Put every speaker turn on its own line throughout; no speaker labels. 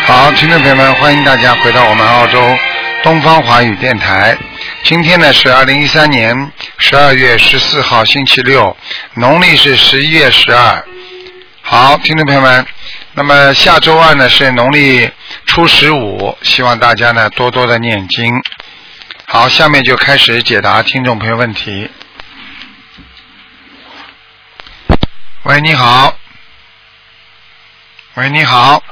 朋友们，欢迎大家回到我们澳洲东方华语电台。今天呢是二零一三年十二月十四号，星期六，农历是十一月十二。好，听众朋友们，那么下周二呢是农历初十五，希望大家呢多多的念经。好，下面就开始解答听众朋友问题。喂，你好。喂，你好。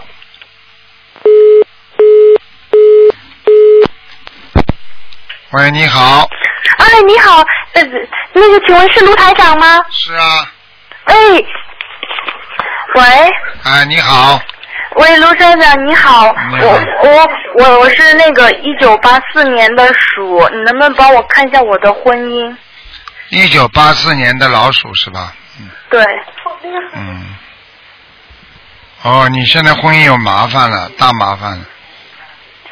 喂，你好。
哎，你好，呃，那个，请问是卢台长吗？
是啊，
哎，喂，
哎，你好，
喂，卢台长，你好，
你好
我我我我是那个一九八四年的鼠，你能不能帮我看一下我的婚姻？
一九八四年的老鼠是 吧？
对，
嗯。哦，你现在婚姻有麻烦了，大麻烦了。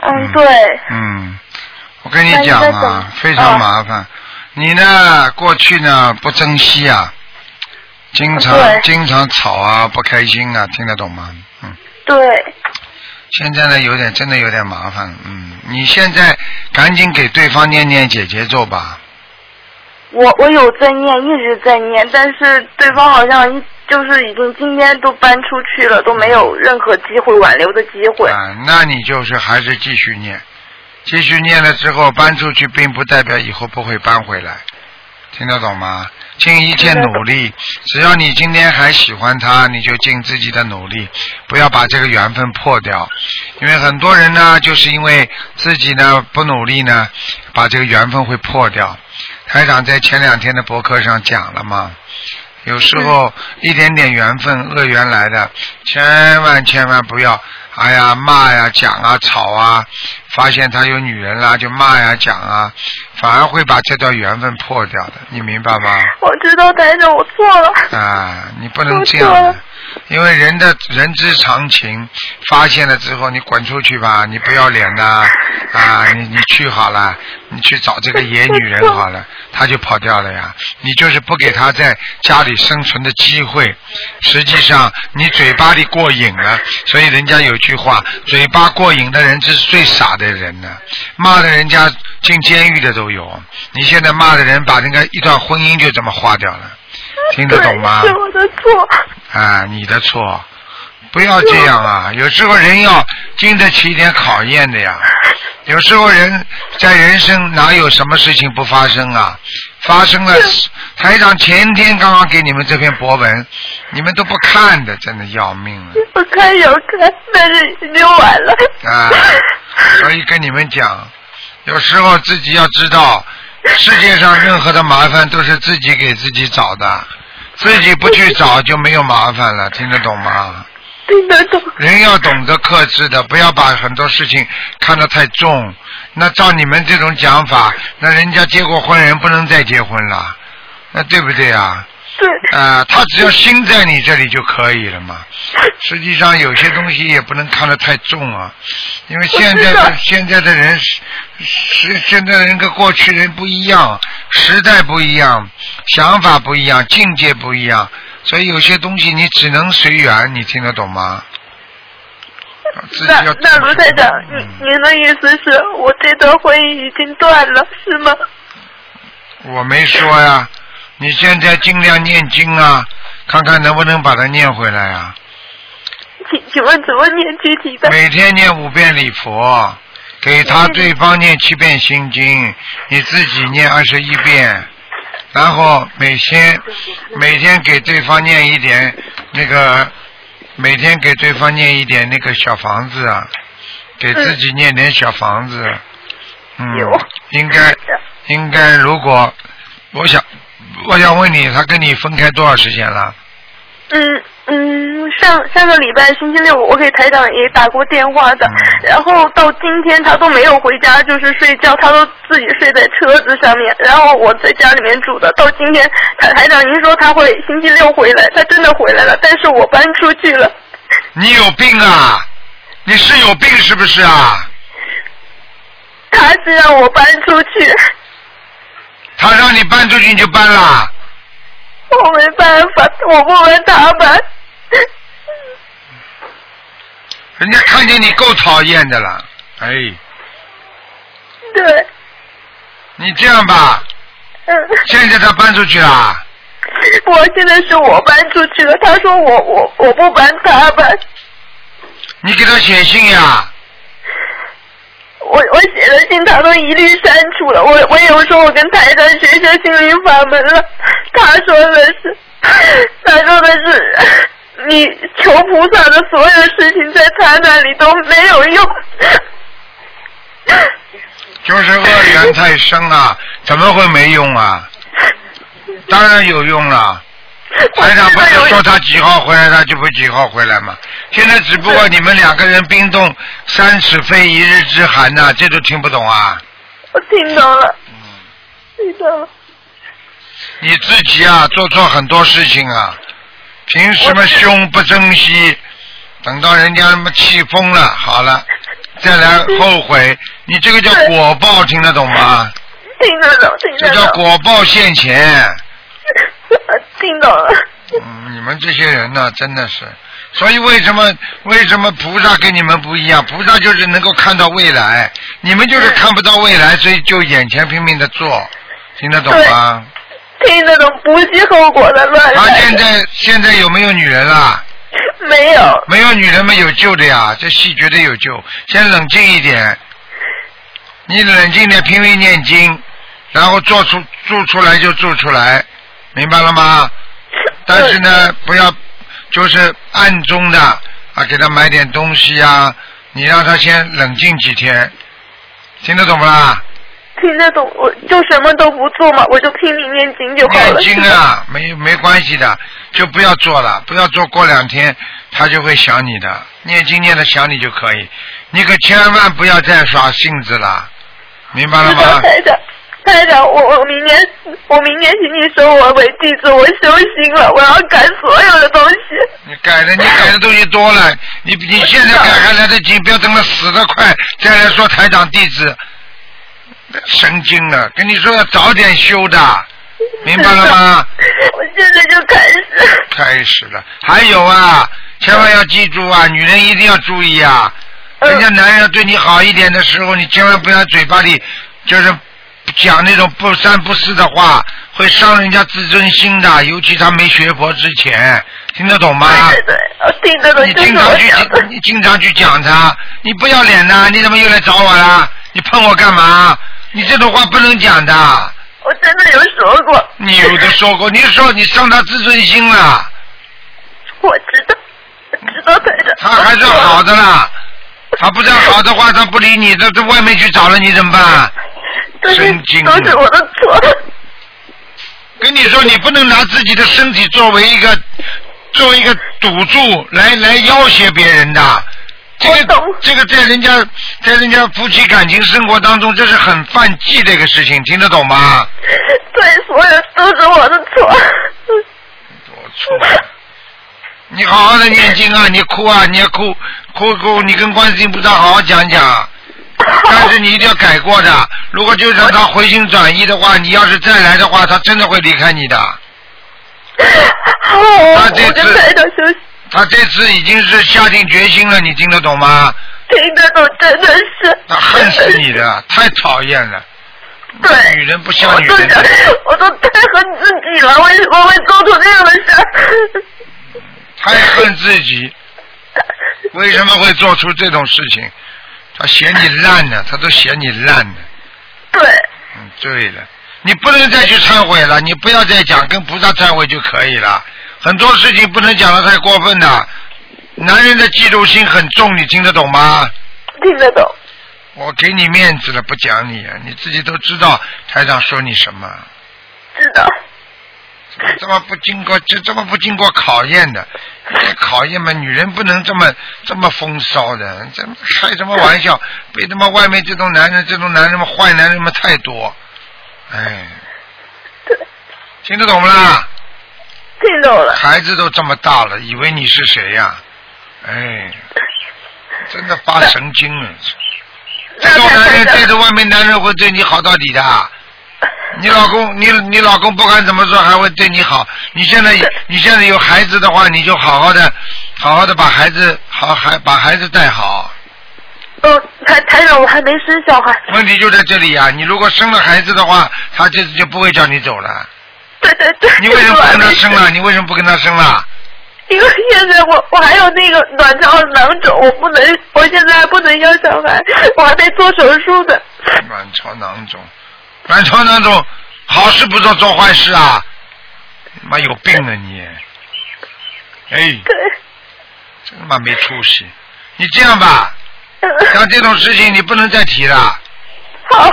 嗯，
嗯
对，
嗯，我跟你
那应
讲
该怎
啊
么，
非常
嗯
麻烦。你呢，过去呢不珍惜啊，经常
对
经常吵啊，不开心啊，听得懂吗？嗯。
对，
现在呢，有点真的有点麻烦，嗯，你现在赶紧给对方念念姐姐咒吧，
我我有在念，一直在念，但是对方好像一就是已经今天都搬出去了，都没有任何机会挽留的机会。
啊，那你就是还是继续念，继续念了之后搬出去，并不代表以后不会搬回来，听得懂吗？尽一切
听得懂
努力，只要你今天还喜欢他，你就尽自己的努力，不要把这个缘分破掉。因为很多人呢，就是因为自己呢不努力呢，把这个缘分会破掉。台长在前两天的博客上讲了嘛，有时
嗯
候一点点缘分，恶缘来的，千万千万不要，哎呀骂呀讲啊吵啊，发现他有女人啦就骂呀讲啊，反而会把这段缘分破掉的，你明白吗？
我知道台长，我错了。
啊，你不能
我
这样
错
的
了，
因为人的人之常情，发现了之后你滚出去吧，你不要脸呐、啊，你你去好了，你去找这个野女人好了，她就跑掉了呀。你就是不给她在家里生存的机会，实际上你嘴巴里过瘾了，所以人家有句话，嘴巴过瘾的人是最傻的人呢、骂的人家进监狱的都有。你现在骂的人把人家一段婚姻就这么花掉了。听得懂吗？
对是我的错。
啊，你的错，不要这样啊！有时候人要经得起一点考验的呀。有时候人在人生哪有什么事情不发生啊？发生了，台长前天刚刚给你们这篇博文，你们都不看的，真的要命了。
我看有看，但是已经晚了。
啊，所以跟你们讲，有时候自己要知道，世界上任何的麻烦都是自己给自己找的，自己不去找就没有麻烦了，听得懂吗？
听得懂，
人要懂得克制的，不要把很多事情看得太重。那照你们这种讲法，那人家结过婚人不能再结婚了，那对不对啊？
对，
啊，他只要心在你这里就可以了嘛。实际上有些东西也不能看得太重啊，因为现在
我知
的
道
现在的人是是现在的人跟过去人不一样，时代不一样，想法不一样，境界不一样，所以有些东西你只能随缘，你听得懂吗？自己
那
要
那卢台长，您
嗯
您的意思是我这段婚姻已经断了，是吗？
我没说呀，你现在尽量念经啊，看看能不能把它念回来啊。
请请问怎么念具体的？
每天念五遍礼佛，给他对方念七遍心经，你自己念二十一遍，然后每天每天给对方念一点那个，每天给对方念一点那个小房子啊，给自己念点小房子，嗯
有，
应该应该如果我想我想问你，他跟你分开多少时间了？
嗯嗯，上上个礼拜星期六我给台长也打过电话的
嗯，
然后到今天他都没有回家，就是睡觉，他都自己睡在车子上面，然后我在家里面住的。到今天台台长您说他会星期六回来，他真的回来了，但是我搬出去了。
你有病啊！你是有病是不是啊？
他是让我搬出去，
他让你搬出去你就搬啦，
我没办法，我不问他搬。
人家看见你够讨厌的了，哎，
对，
你这样吧，
嗯，
现在他搬出去了，
我现在是我搬出去了，他说我我我不搬，他搬，
你给他写信呀，
我我写的信他都一律删除了，我我有时候我跟台长学学心灵法门了，他说的是，他说的是，你求菩萨的所有事情在他那里都没有用。
就是恶缘太深啊，怎么会没用啊？当然有用了。 台长不是说他几号回来，他就不几号回来吗？现在只不过你们两个人冰冻三尺非一日之寒呐、这都听不懂啊！
我听懂了，
嗯
听懂了，
你自己啊，做错很多事情啊，凭什么凶不珍惜？等到人家他妈气疯了，好了，再来后悔，你这个叫果报，听得懂吗？
听得懂，听
这
得
叫
懂，
果报现前。
听懂了。
嗯，你们这些人呢、真的是，所以为什么为什么菩萨跟你们不一样？菩萨就是能够看到未来，你们就是看不到未来，所以就眼前拼命的做，听得懂吗？
听得懂不计后果的乱
他
来
现
的，
在现在有没有女人啊啦？
没有，
没有女人们有救的呀，这戏绝对有救。先冷静一点，你冷静点，拼命念经，然后做出做出来就做出来，明白了吗？但是呢，不要就是暗中的啊，给他买点东西啊，你让他先冷静几天，听得懂不啦？
听得懂，我就什么都不做嘛，我就拼命念经就好
念
了。
经啊，没没关系的，就不要做了，不要做，过两天他就会想你的。念经念的想你就可以，你可千万不要再耍性子了，明白了
知道
吗？
台长，台长，我我明年我明年请你收我为弟子，我修心了，我要改所有的东西。
你改的，你改的东西多了，你你现在改还来得及，不要等到死得快再来说台长弟子，神经了，跟你说要早点修的，明白了吗？
我现在就开始。
开始了。还有啊，千万要记住啊，女人一定要注意啊。
嗯
人家男人要对你好一点的时候，你千万不要嘴巴里就是讲那种不三不四的话，会伤人家自尊心的。尤其他没学佛之前，听得懂吗？
对对，我听得懂，
你
就是
经常
我
去
想的。
你经常去讲他，你不要脸呐、你怎么又来找我啦？你碰我干嘛？你这种话不能讲的。
我真的有说过。
你有的说过，你说你伤他自尊心了。
我知道，我知道台长。
他还是好的啦，他不是好的话，他不理你，他到外面去找了你怎么办？
都是
神经啊
都是我的错。
跟你说，你不能拿自己的身体作为一个作为一个赌注来来要挟别人的。这
我
个
懂
这个在人家在人家夫妻感情生活当中，这是很犯忌的一个事情，听得懂吗？
对，所有都是我的错。
我错了。你好好的念经啊，你哭啊，你要哭哭哭，你跟观世音菩萨好好讲讲。 但是你一定要改过的。如果就让他回心转意的话，你要是再来的话，他真的会离开你的。
好，
他
哦我
这
跟
次
台长休息。
他这次已经是下定决心了，你听得懂吗？
听得懂，真的是。
他恨死你的，太讨厌了。
对，
女人不像女
哎我
人
都想，我都太恨自己了，为什么会做出这样的事儿？
太恨自己，为什么会做出这种事情？他嫌你烂呢，他都嫌你烂呢。
对，
嗯，对了，你不能再去忏悔了，你不要再讲，跟菩萨忏悔就可以了。很多事情不能讲的太过分了，男人的嫉妒心很重，你听得懂吗？
听得懂。
我给你面子了，不讲你，你自己都知道台长说你什么，
知道，
怎么这么不经过，这这么不经过考验的，这考验嘛，女人不能这么这么风骚的，这开什么玩笑？被他妈外面这种男人，这种男人嘛，坏男人嘛太多，哎，听得懂不啦？
听懂了，
孩子都这么大了，以为你是谁呀、哎，真的发神经了！这
那
种男人
台
对
长，
着外面男人会对你好到底的，啊你老公，你你老公不管怎么做还会对你好。你现在
对
你现在有孩子的话，你就好好的，好好的把孩子好孩把孩子带好。
嗯，台台长，我还没生小孩。
问题就在这里呀、你如果生了孩子的话，他这次就不会叫你走了。
对对对。
你为什么不跟他生啊
了？
了？你为什么不跟他生了？
因为现在我我还有那个卵巢囊肿，我不能，我现在还不能要小孩，我还没做手术的。
卵巢囊肿，卵巢囊肿，好事不做做坏事啊！你妈有病啊你！哎，
对，
真他妈没出息！你这样吧，
嗯，
像这种事情你不能再提了，
好，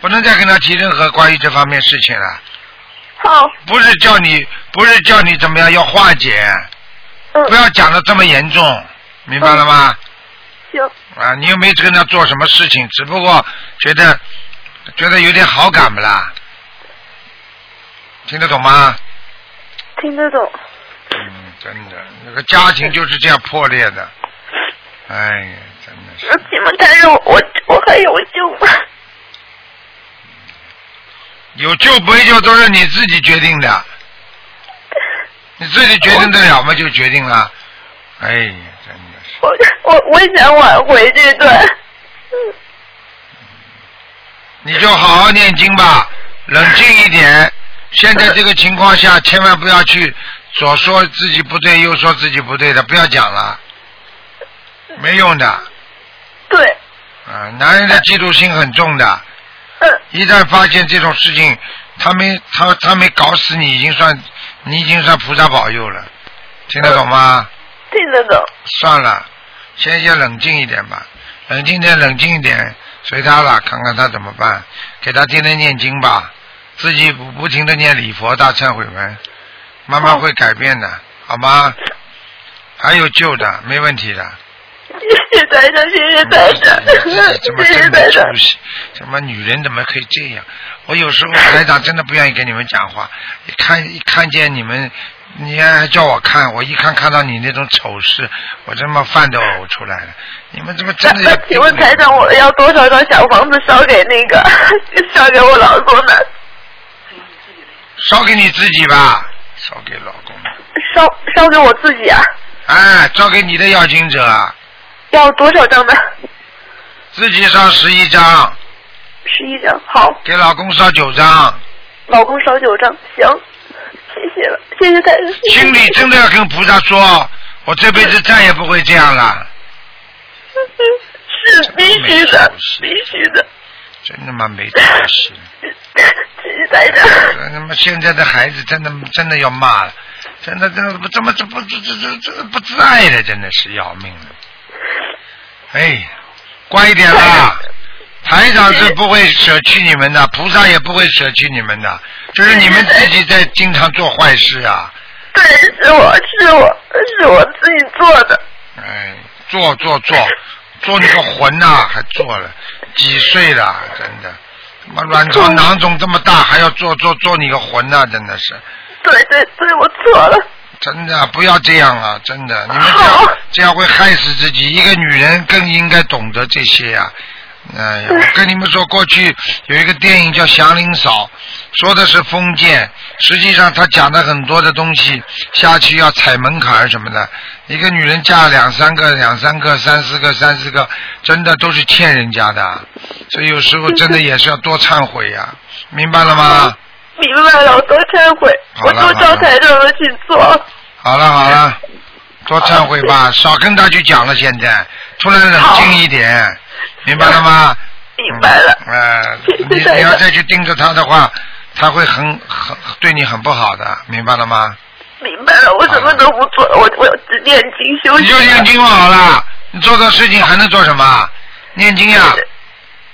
不能再跟他提任何关于这方面事情了。
好，
不是叫你，不是叫你怎么样，要化解，
嗯，
不要讲的这么严重，明白了吗？
行，
啊，你又没跟他做什么事情，只不过觉得觉得有点好感不啦？听得懂吗？
听得懂。
嗯，真的，那个家庭就是这样破裂的。哎呀，真的是，
你们台长，我我还有救吗？
有救不救都是你自己决定的，你自己决定得了吗？就决定了。哎呀，真的是，
我我我想挽回这段。嗯，
你就好好念经吧，冷静一点。现在这个情况下，千万不要去左说自己不对，右说自己不对的，不要讲了，没用的。
对，
啊，男人的嫉妒心很重的。
嗯，
一旦发现这种事情，他没他他没搞死你，已经算你已经算菩萨保佑了，听得懂吗？
听得懂。
算了，先先冷静一点吧，冷静一点，冷静一点，随他了，看看他怎么办，给他天天念经吧，自己不不停的念礼佛大忏悔文，慢慢会改变的，好吗？还有救的，没问题的。
谢谢台长，谢 谢台长，
自己这么
谢谢
真没
台长。
出息，什么女人怎么可以这样？我有时候台长真的不愿意跟你们讲话，一看一看见你们，你还叫我看，我一看看到你那种丑事，我他妈饭都呕出来了。你们怎么真的
那
要？
请问台长，我要多少张小房子烧给那个 烧给我老公呢？
烧给你自己吧，烧给老公，
烧烧给我自己啊？
哎，烧给你的要经者，啊
要多少张呢？
自己烧十一张，
十一张，好，
给老公烧九 张。
老公烧九张，行，谢谢了，谢谢台长。谢谢
心里 真的要跟菩萨说，我这辈子再也不会这样了。
是必须的，必须的，
真他妈没出息！
谢谢台长。
真他妈现在的孩子真的真的要骂了，真的真的不这么这不这这这这不自爱的，真的是要命了。哎，乖一点啦！台长是不会舍弃你们的，菩萨也不会舍弃你们的，就是你们自己在经常做坏事啊！
对，是我是我是我自己做的，
哎，做做做，做你个魂呐、还做了，几岁了？真的，他妈卵巢囊肿这么大，还要做做做你个魂呐、真的是。
对对对，我错了。
真的不要这样啊！真的，你们这样
好
这样会害死自己。一个女人更应该懂得这些呀、哎呀，我跟你们说，过去有一个电影叫《祥林嫂》，说的是封建，实际上她讲的很多的东西下去要踩门槛儿什么的。一个女人嫁两三个、两三个、三四个、三四个，真的都是欠人家的，啊所以有时候真的也是要多忏悔呀、明白了吗？
明白了，我多忏悔，
好
我
了
都照台长的去做。
好了好
哎
了，多忏悔吧，少跟他去讲了。现在突然冷静一点，明白了吗？
明白了，
嗯呃，你
谢谢台长
你要再去盯着他的话，他会很很对你很不好的，明白了吗？
明白了，我什么都不做，我我只念经修
你
行
就。念经好了，你做的事情还能做什么？念经呀。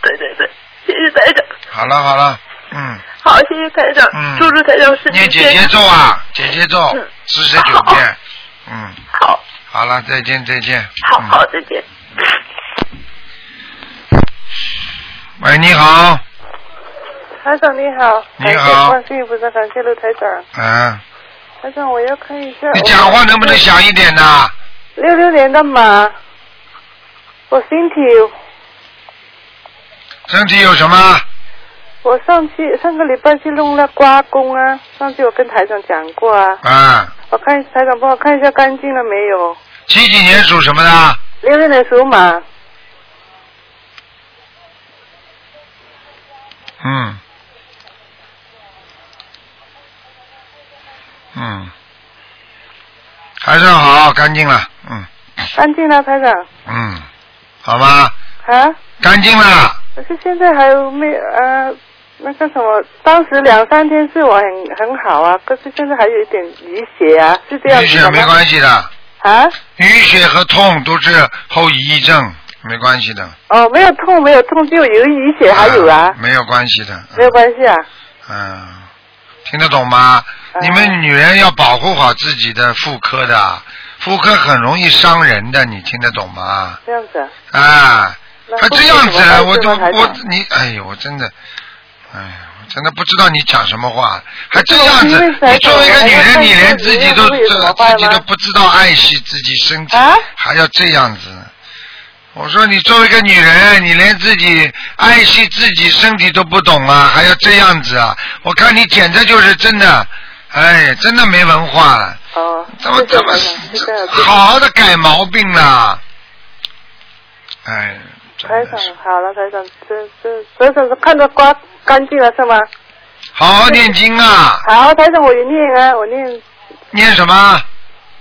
对对对，谢谢台长，
好了好了，嗯，
好，谢谢台长，
嗯
祝祝台长身体
念姐
健
姐
康。
咒啊，姐姐咒
嗯
四十九遍，嗯，
好，
好了，再见再见。
好
嗯
好，再见。
喂，你好，
台长你好，
你好
感谢观世音菩萨，感谢卢台长。
呃
嗯，
台长，我要看一下。
你讲话能不能？响一点呐？
六六年的马，我身体
身体有什么？
我上期上个礼拜去弄了刮宫啊，上次我跟台长讲过啊，
啊，
我看台长帮我看一下干净了没有？
几几年属什么的？
六六年属马，
嗯，嗯，还算好，干净了，嗯
干净了，台长
嗯，好吧，
啊？
干净了，
可是现在还有没呃，那个什么，当时两三天是我很很好啊，可是现在还有一点淤血啊，是这样
淤
子
血
的
没
吗？
关系的，
啊？
淤血和痛都是后遗症，没关系的。
哦，没有痛，没有痛，就有淤血，还有啊，
没有关系的，
没有关系啊。
嗯，听得懂吗？
嗯
你们女人要保护好自己的妇科的，妇科很容易伤人的，你听得懂吗？
这样子啊，
啊，
那
啊这样子
会，不
我
会有
都
什么孩子
我
吗
你，哎呦，我真的，哎呀，我真的不知道你讲什么话，还这样
因
子
为，
你作为一个女
我还在
人，你连
想
自己
你
都
会有什么
自己
坏
都
吗
不知道爱惜自己身体
啊，
还要这样子。我说你作为一个女人，你连自己爱惜自己身体都不懂啊，还要这样子啊！我看你简直就是真的，哎，真的没文化了，
哦，
怎么
谢谢
怎么
台长谢谢台长
好好的改毛病啦！哎，真
台
的是
长好了，台长，这这这这看着刮干净了是吗？
好好念经啊！
好，台长我也念啊，我念
念什么？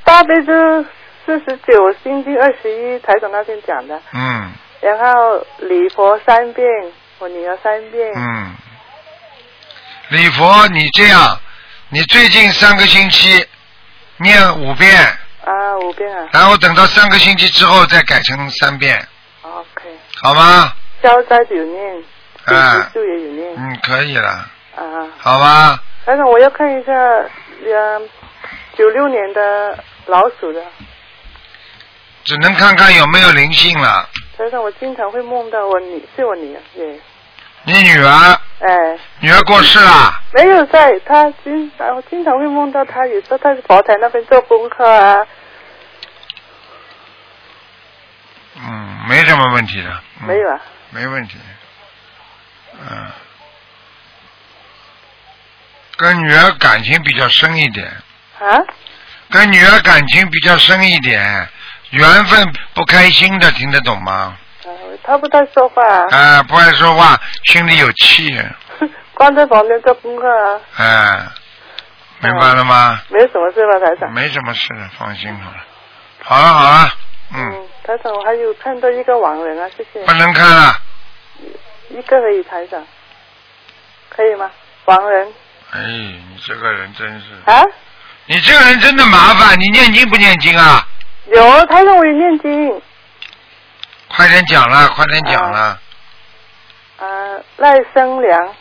大悲咒四十九，心经二十一，台长那天讲的，
嗯
然后礼佛三遍，我女儿三遍，
嗯，礼佛，你这样，你最近三个星期念五遍，
啊五遍啊
然后等到三个星期之后再改成三遍，
，OK，
好吗？
消灾有念，解
哎
毒咒也有念
嗯，可以了，
啊。
好吧？
台长，我要看一下，呃，九六年的老鼠的。
只能看看有没有灵性了。
台长，我经常会梦到我女，是我女儿，啊对，
你女儿，
哎，
女儿过世了，
没有在，她经常我经常会梦到她，有时候她在佛台那边做功课啊，
嗯，没什么问题的，嗯
没有，啊，
没问题，嗯，跟女儿感情比较深一点，
啊，
跟女儿感情比较深一点，缘分不开心的，听得懂吗？
呃她不太说话、 啊，
啊、不爱说话，心里有气，
光在旁边做功课啊，
哎、明白了吗？
没有什么事吧，台长？
没什么事的，放心好了。好了好了，嗯，
嗯，台长，我还有看到一个亡人啊，谢谢
不，能看了。
一个而已，台长，可以吗？亡人
哎，你这个人真是，
啊，
你这个人真的麻烦。你念经不念经啊？
有，台长，我有念经。
快点讲了，快点讲了。
呃，赖生良，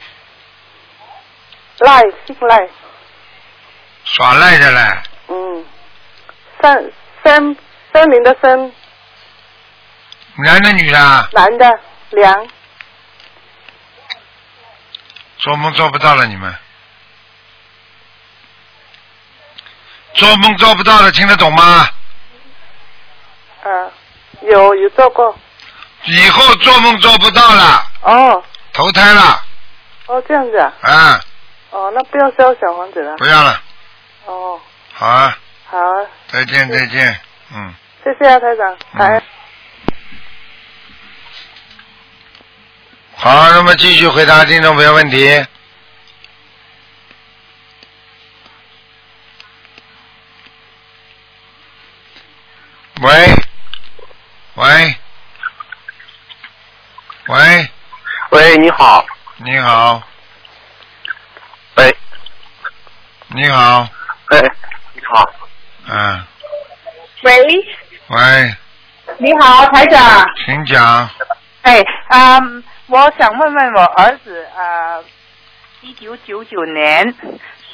赖姓赖，
耍赖的嘞，
嗯，森森森林的森，
男的女的啊，
男的良，
做梦做不到了，你们。做梦做不到了，听得懂吗？
呃，有有做过，
以后做梦做不到了，
哦
投胎了，
哦这样子啊，
啊，
哦那不要烧小房子了，
不要了，
哦
好啊，
好啊，
再见再见，嗯。
谢谢啊台长，感恩
嗯好，那么继续回答听众朋友问题。喂，喂，喂，
喂，你好，
你好，
喂，
你好，
喂，你好，
嗯，
喂，
喂，
你好，台长。
请讲，
哎，嗯，我想问问我儿啊子，呃，一九九九年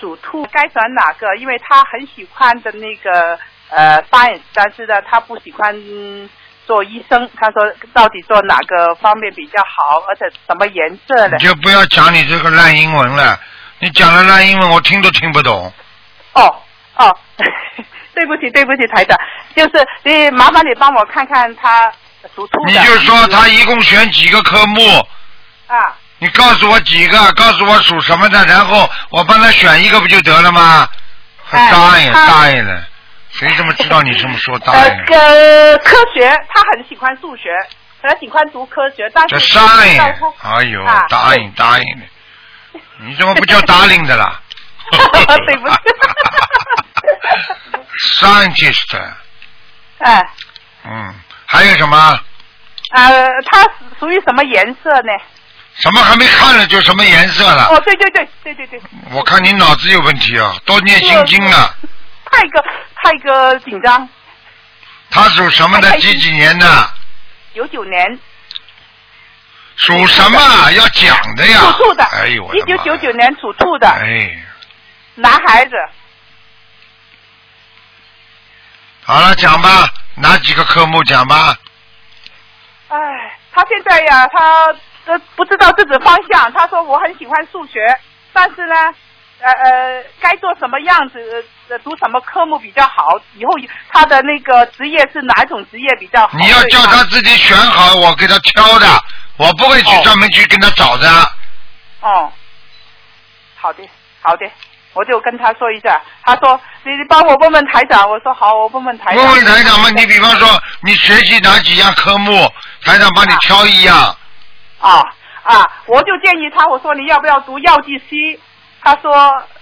属兔，该转哪个？因为他很喜欢的那个呃 science，但是呢，他不喜欢嗯做医生。他说到底做哪个方面比较好，而且什么颜色的
你？就不要讲你这个烂英文了，你讲了烂英文，我听都听不懂。
哦哦， 对不起对不起，台长，就是你麻烦你帮我看看他属兔的。
你就说他一共选几个科目，
啊
你告诉我几个，告诉我属什么的，然后我帮他选一个不就得了吗？还
哎
答应
他
答应了，谁怎么知道你什么时候答
呃
应，了？
跟科学，他很喜欢数学，很喜欢读科学，但
这
是
答应
到他，
哎呦
啊，？
答应答应的，你怎么不叫答应的啦
对不起
，scientist，
哎，
嗯，还有什么？
呃，它属于什么颜色呢？
什么还没看了就什么颜色了？
哦，对对对对对对，
我看你脑子有问题啊，多念心经啊。
哦泰哥泰哥紧张，
他属什么的？
太
几几年的？
九九年
属什么？要讲的呀
属。兔的
哎呦，我，
一
的妈
九
呀
九九。年属兔的
哎，
男孩子，
好了，讲吧，哪几个科目讲吧？
哎，他现在呀，他呃不知道自己方向，他说我很喜欢数学，但是呢。呃呃，该做什么样子，呃，读什么科目比较好？以后他的那个职业是哪种职业比较好？
你要
对啊
叫
吧
他自己选好，我给他挑的，我不会去
哦
专门去跟他找的。
哦，好的，好的，我就跟他说一下。他说：“你你帮我问问台长。”我说：“好，我问问台长。”
问问台长嘛，你比方说你学习哪几样科目，台长帮你挑一样。
啊啊，我就建议他，我说你要不要读药剂师？他说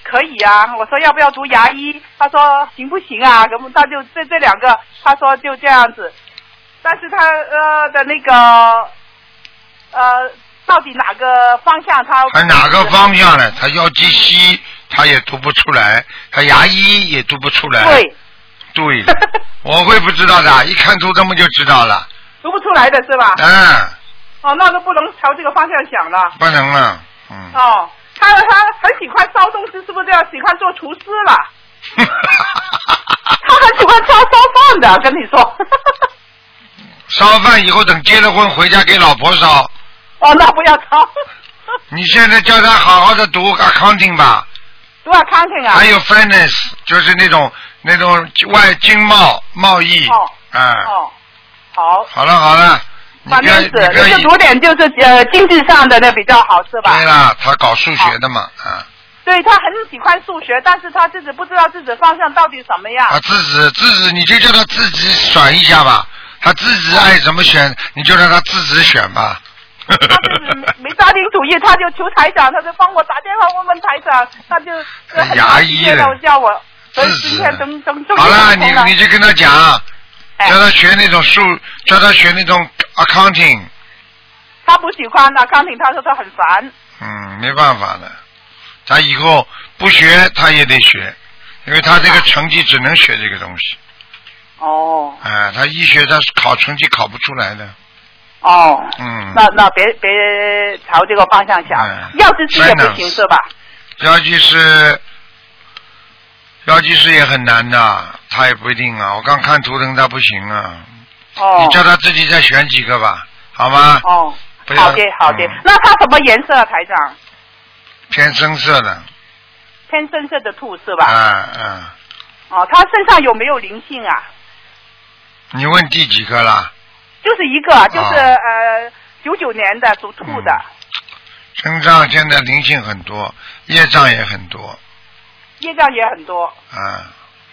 可以啊。我说要不要读牙医？他说行不行啊？咁他就这这两个，他说就这样子。但是他呃的那个呃，到底哪个方向他
还哪个方向呢？他要鸡西，他也读不出来，他牙医也读不出来。
对
对，我会不知道的，一看图这么就知道了。
读不出来的是吧？
嗯，
哦，那都不能朝这个方向想了。
不能了，嗯。
哦，他他很喜欢烧东西，是不是要喜欢做厨师了？ 他很喜欢烧烧饭的，跟你说。
烧饭以后等结了婚回家给老婆烧。
哦，那不要烧。
你现在叫他好好的读 accounting 吧，
读下看看啊
还。有 finance，就是那种那种外经贸贸易。
哦
啊、
哦，好，
好了好了，你
反
不要
正
你
是
不要
就读点就是呃经济上的那比较好是吧
对？啦，他搞数学的嘛，啊，
对他很喜欢数学，但是他自己不知道自己方向到底什么样。
他自己自己你就叫他自己选一下吧，他自己爱怎么选你就让他自己选吧。
他就是没没打定主意，他就求台长，他就帮我打电话问问台长，他就
牙医了
了，叫我，所以
自
今
己
天等等终于
好了，
等
你
通了
你就跟他讲，
哎
叫他学那种数，叫他学那种 accounting，
他不喜欢那康婷，他说他很烦。
嗯，没办法的，他以后不学他也得学，因为他这个成绩只能学这个东西，
哦
啊，他一学他考成绩考不出来的，
哦，
嗯，
那那别别朝这个方向想
哎，
药剂师也不行
Finance
是吧？
药剂师，药剂师也很难的，他也不一定啊，我刚看图腾他不行啊，
哦
你叫他自己再选几个吧，好吗？
哦，
不要
好的好的
嗯，
那他什么颜色啊，台长？
偏深色的，
偏深色的兔是
啊
吧？
啊，
哦，他身上有没有灵性啊？
你问第几个啦？
就是一个，就是
啊
呃九九年的属兔的，
身上现在灵性很多，业障也很多嗯
业障也很多。
啊。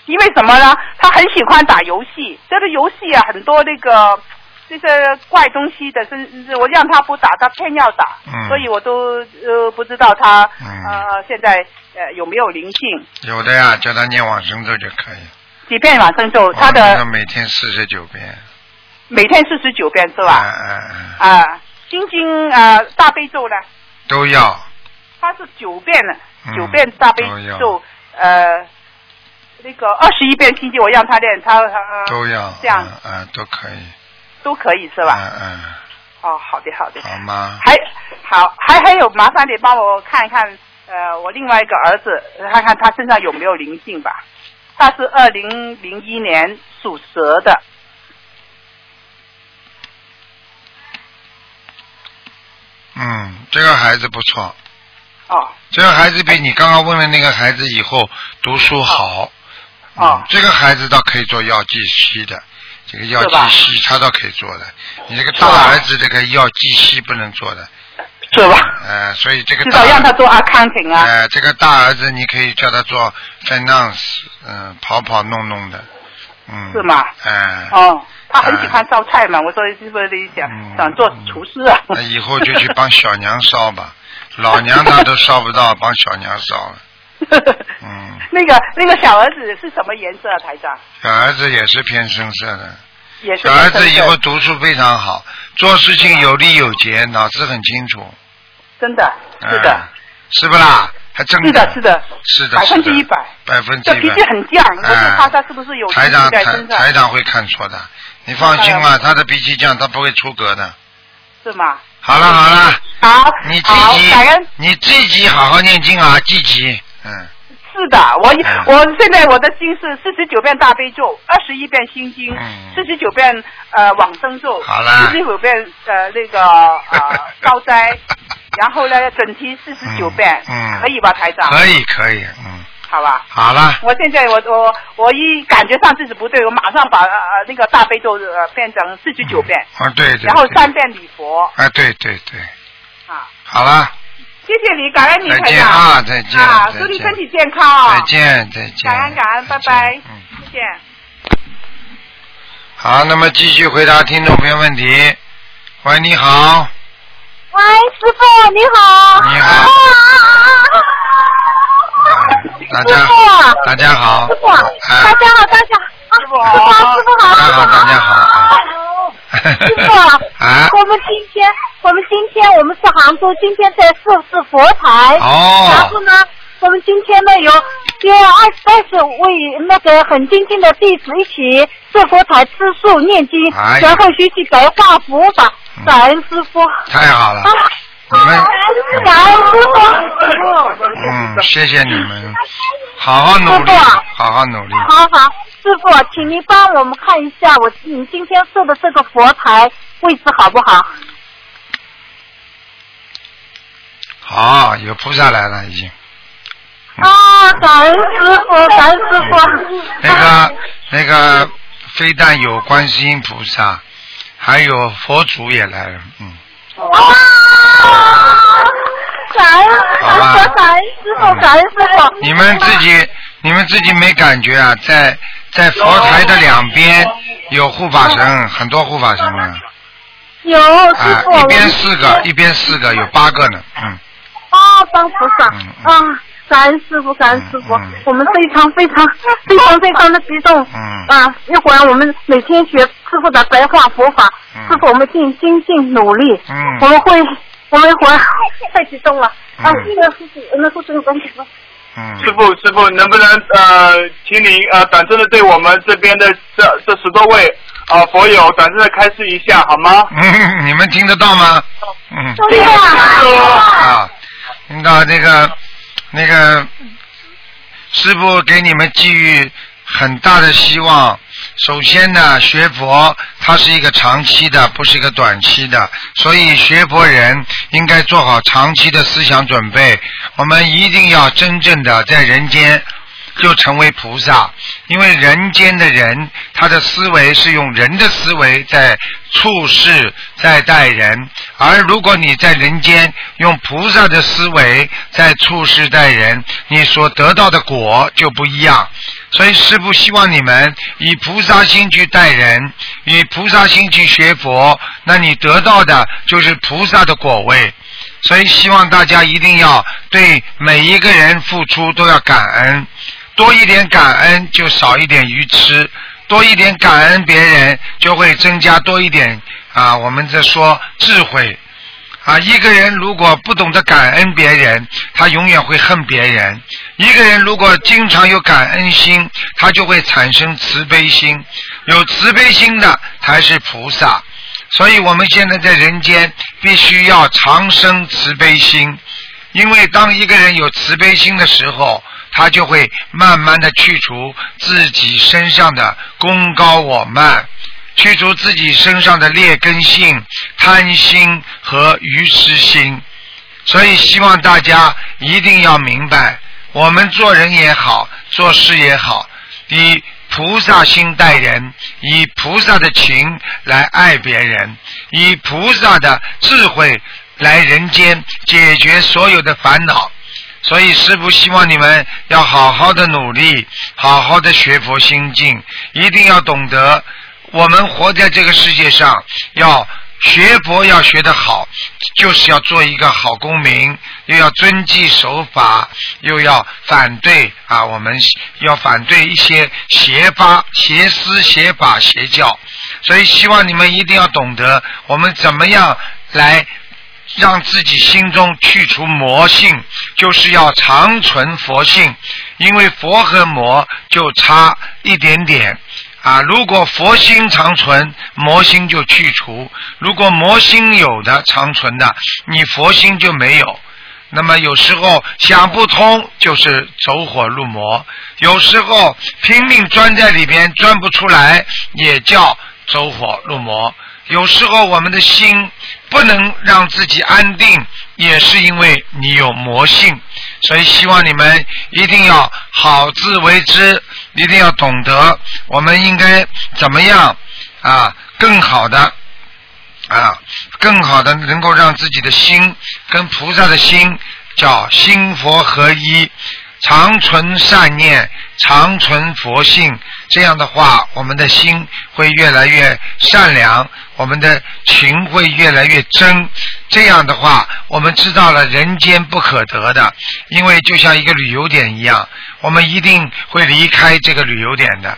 因为什么呢？他很喜欢打游戏，这个游戏啊，很多那个这些怪东西的，真是我让他不打，他偏要打，
嗯
所以我都呃不知道他、
嗯
呃现在呃有没有灵性，
有的呀，叫他念往生咒就可以。
几遍往生咒，哦他
往生
的
咒每天四十九遍。
每天四十九遍是
是
吧？
嗯嗯，
啊，心经啊大悲咒呢，
都要。
他是九遍了，
嗯
九遍大悲
都要
咒，呃。那个二十一遍心经，我让他练，他、呃、
都要，
这样
嗯嗯，都可以，
都可以是
是
吧？
嗯
哦，好的好的
嗯，。好吗？
还好，还还有麻烦得帮我看一看，呃，我另外一个儿子，看看他身上有没有灵性吧。他是二零零一年属蛇的，
嗯，这个孩子不错，
哦
这个孩子比你刚刚问的那个孩子以后读书好。
哦
嗯，这个孩子倒可以做药剂师的，这个药
是吧
剂师他倒可以做的。你这个
是吧
大儿子这个药剂师不能做的，
是吧？
呃，所以这个
至
大
少让他做 accounting 啊。
呃，这个大儿子你可以叫他做 finance，嗯、跑跑弄弄的， 嗯，
是吗
哎、
哦，他很喜欢烧菜嘛，我说是不是想
嗯
想做厨师啊？
那以后就去 帮小娘烧吧，老娘他都烧不到，帮小娘烧了，嗯，
那个那个小儿子是什么颜色啊，台长？
小儿子也是偏深色的，
也是
小儿子
深
以
色
后读书非常好，做事情有利有节，脑子很清楚，
真的
哎
是的，
是不啦？还正
是的是的
是的，
百分
是的
之一百
百分之
这
一
脾
百，
气很犟，我就
哎
怕他是不是有
台
问
长
题在
台
身
台
上，
长会看错的，你放心吧，他的脾气犟，他不会出格的。
是吗？
好了好了，
好，
啊你自
好，感
己
恩
你自己好好念经啊，自己嗯，
是的，我一
嗯
我现在我的经是四十九遍大悲咒，二十一遍心经
嗯，
四十九遍呃往生咒，
好啦
四十九遍呃那个 呃消灾，然后呢整体四十九遍，
嗯嗯
可以吧，台长？
可以可以，嗯，
好吧。
好了，
我现在我我我一感觉上自己不对，我马上把呃那个大悲咒呃变成四十九遍，
啊对对，
然后
对
三遍礼佛
啊对对对，
啊。
好了，
谢谢你，感恩你，
再
台
见
长
啊再见
啊，
再
祝你
见
身体健康啊，
再，见再见，
感恩感恩，
再
拜
见
拜
嗯，，
再见。
好，那么继续回答听众朋友问题。喂，你好，
喂，师傅你好。
你好大
啊师
家
傅啊，
大家好，
师傅啊，
哎
大家好，大家好，师
傅好
师傅
大
好，
家好大家好啊
师傅啊
啊，
我们今天，我们今天我们是杭州，今天在设置佛台。然后
哦，
呢，我们今天呢有约二二十位那个很精进的弟子一起设佛台吃素念经，
哎呀嗯
然后学习白话佛法，感恩师傅。
太好了
啊，
你们，
感恩师傅。
嗯，谢谢你 们，好好努力
师傅啊，
好好努力，
好好，师傅，请您帮我们看一下我你今天设的这个佛台位置好不好？
好，有菩萨来了已经。
啊，感恩师傅，感恩师傅。
那个那个，非但有观世音菩萨，还有佛祖也来了，嗯，
啊，感恩师
好吧
傅，感恩师傅，感恩师傅。
你们自己你们自己没感觉啊？在在佛台的两边有护法神，很多护法神呢，
有师
啊
傅，，
一
我
边
们
四个，一边四个，有八个呢，嗯，
啊，帮菩萨
嗯嗯
啊。感恩师傅，感恩师傅
嗯嗯，
我们非常非常非常非常的激动。
嗯
啊，一会儿我们每天学师傅的白话佛法，
嗯
师傅我们尽精进努力。
嗯
我们会，我们一会儿太激动了。啊，
嗯
那个护士，那护士有关系吗？
嗯，
师傅，师傅，能不能呃，请您呃，短暂的对我们这边的这这十多位啊、呃佛友短暂的开示一下好吗？
嗯， 你们听得到吗？嗯。
对呀、
啊，听到那个那个师傅给你们寄予很大的希望。首先呢，学佛它是一个长期的，不是一个短期的，所以学佛人应该做好长期的思想准备。我们一定要真正的在人间就成为菩萨，因为人间的人，他的思维是用人的思维在处事，在待人；而如果你在人间用菩萨的思维在处事待人，你所得到的果就不一样。所以师父希望你们以菩萨心去待人，以菩萨心去学佛，那你得到的就是菩萨的果位。所以希望大家一定要对每一个人付出都要感恩，多一点感恩就少一点愚痴，多一点感恩别人就会增加多一点啊，我们在说智慧。啊，一个人如果不懂得感恩别人，他永远会恨别人；一个人如果经常有感恩心，他就会产生慈悲心。有慈悲心的才是菩萨。所以我们现在在人间必须要长生慈悲心，因为当一个人有慈悲心的时候，他就会慢慢的去除自己身上的功高我慢，去除自己身上的劣根性、贪心和愚痴心。所以希望大家一定要明白，我们做人也好，做事也好，以菩萨心待人，以菩萨的情来爱别人，以菩萨的智慧来人间解决所有的烦恼。所以师父希望你们要好好的努力，好好的学佛心境，一定要懂得我们活在这个世界上，要学佛要学得好，就是要做一个好公民，又要遵纪守法，又要反对啊，我们要反对一些邪法、邪思、邪法、邪教。所以希望你们一定要懂得我们怎么样来让自己心中去除魔性，就是要长存佛性，因为佛和魔就差一点点。啊，如果佛心长存，魔心就去除；如果魔心有的长存的，你佛心就没有。那么有时候想不通就是走火入魔，有时候拼命钻在里边钻不出来，也叫走火入魔。有时候我们的心不能让自己安定，也是因为你有魔性，所以希望你们一定要好自为之，一定要懂得我们应该怎么样啊，更好的啊，更好的能够让自己的心跟菩萨的心叫心佛合一，常存善念，常存佛性。这样的话，我们的心会越来越善良，我们的情会越来越真。这样的话，我们知道了人间不可得的，因为就像一个旅游点一样，我们一定会离开这个旅游点的。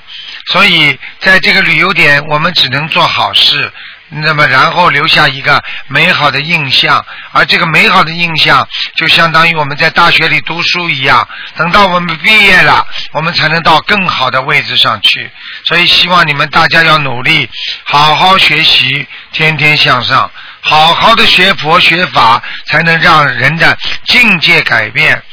所以，在这个旅游点，我们只能做好事，那么然后留下一个美好的印象，而这个美好的印象就相当于我们在大学里读书一样，等到我们毕业了，我们才能到更好的位置上去。所以希望你们大家要努力，好好学习，天天向上，好好的学佛学法，才能让人的境界改变。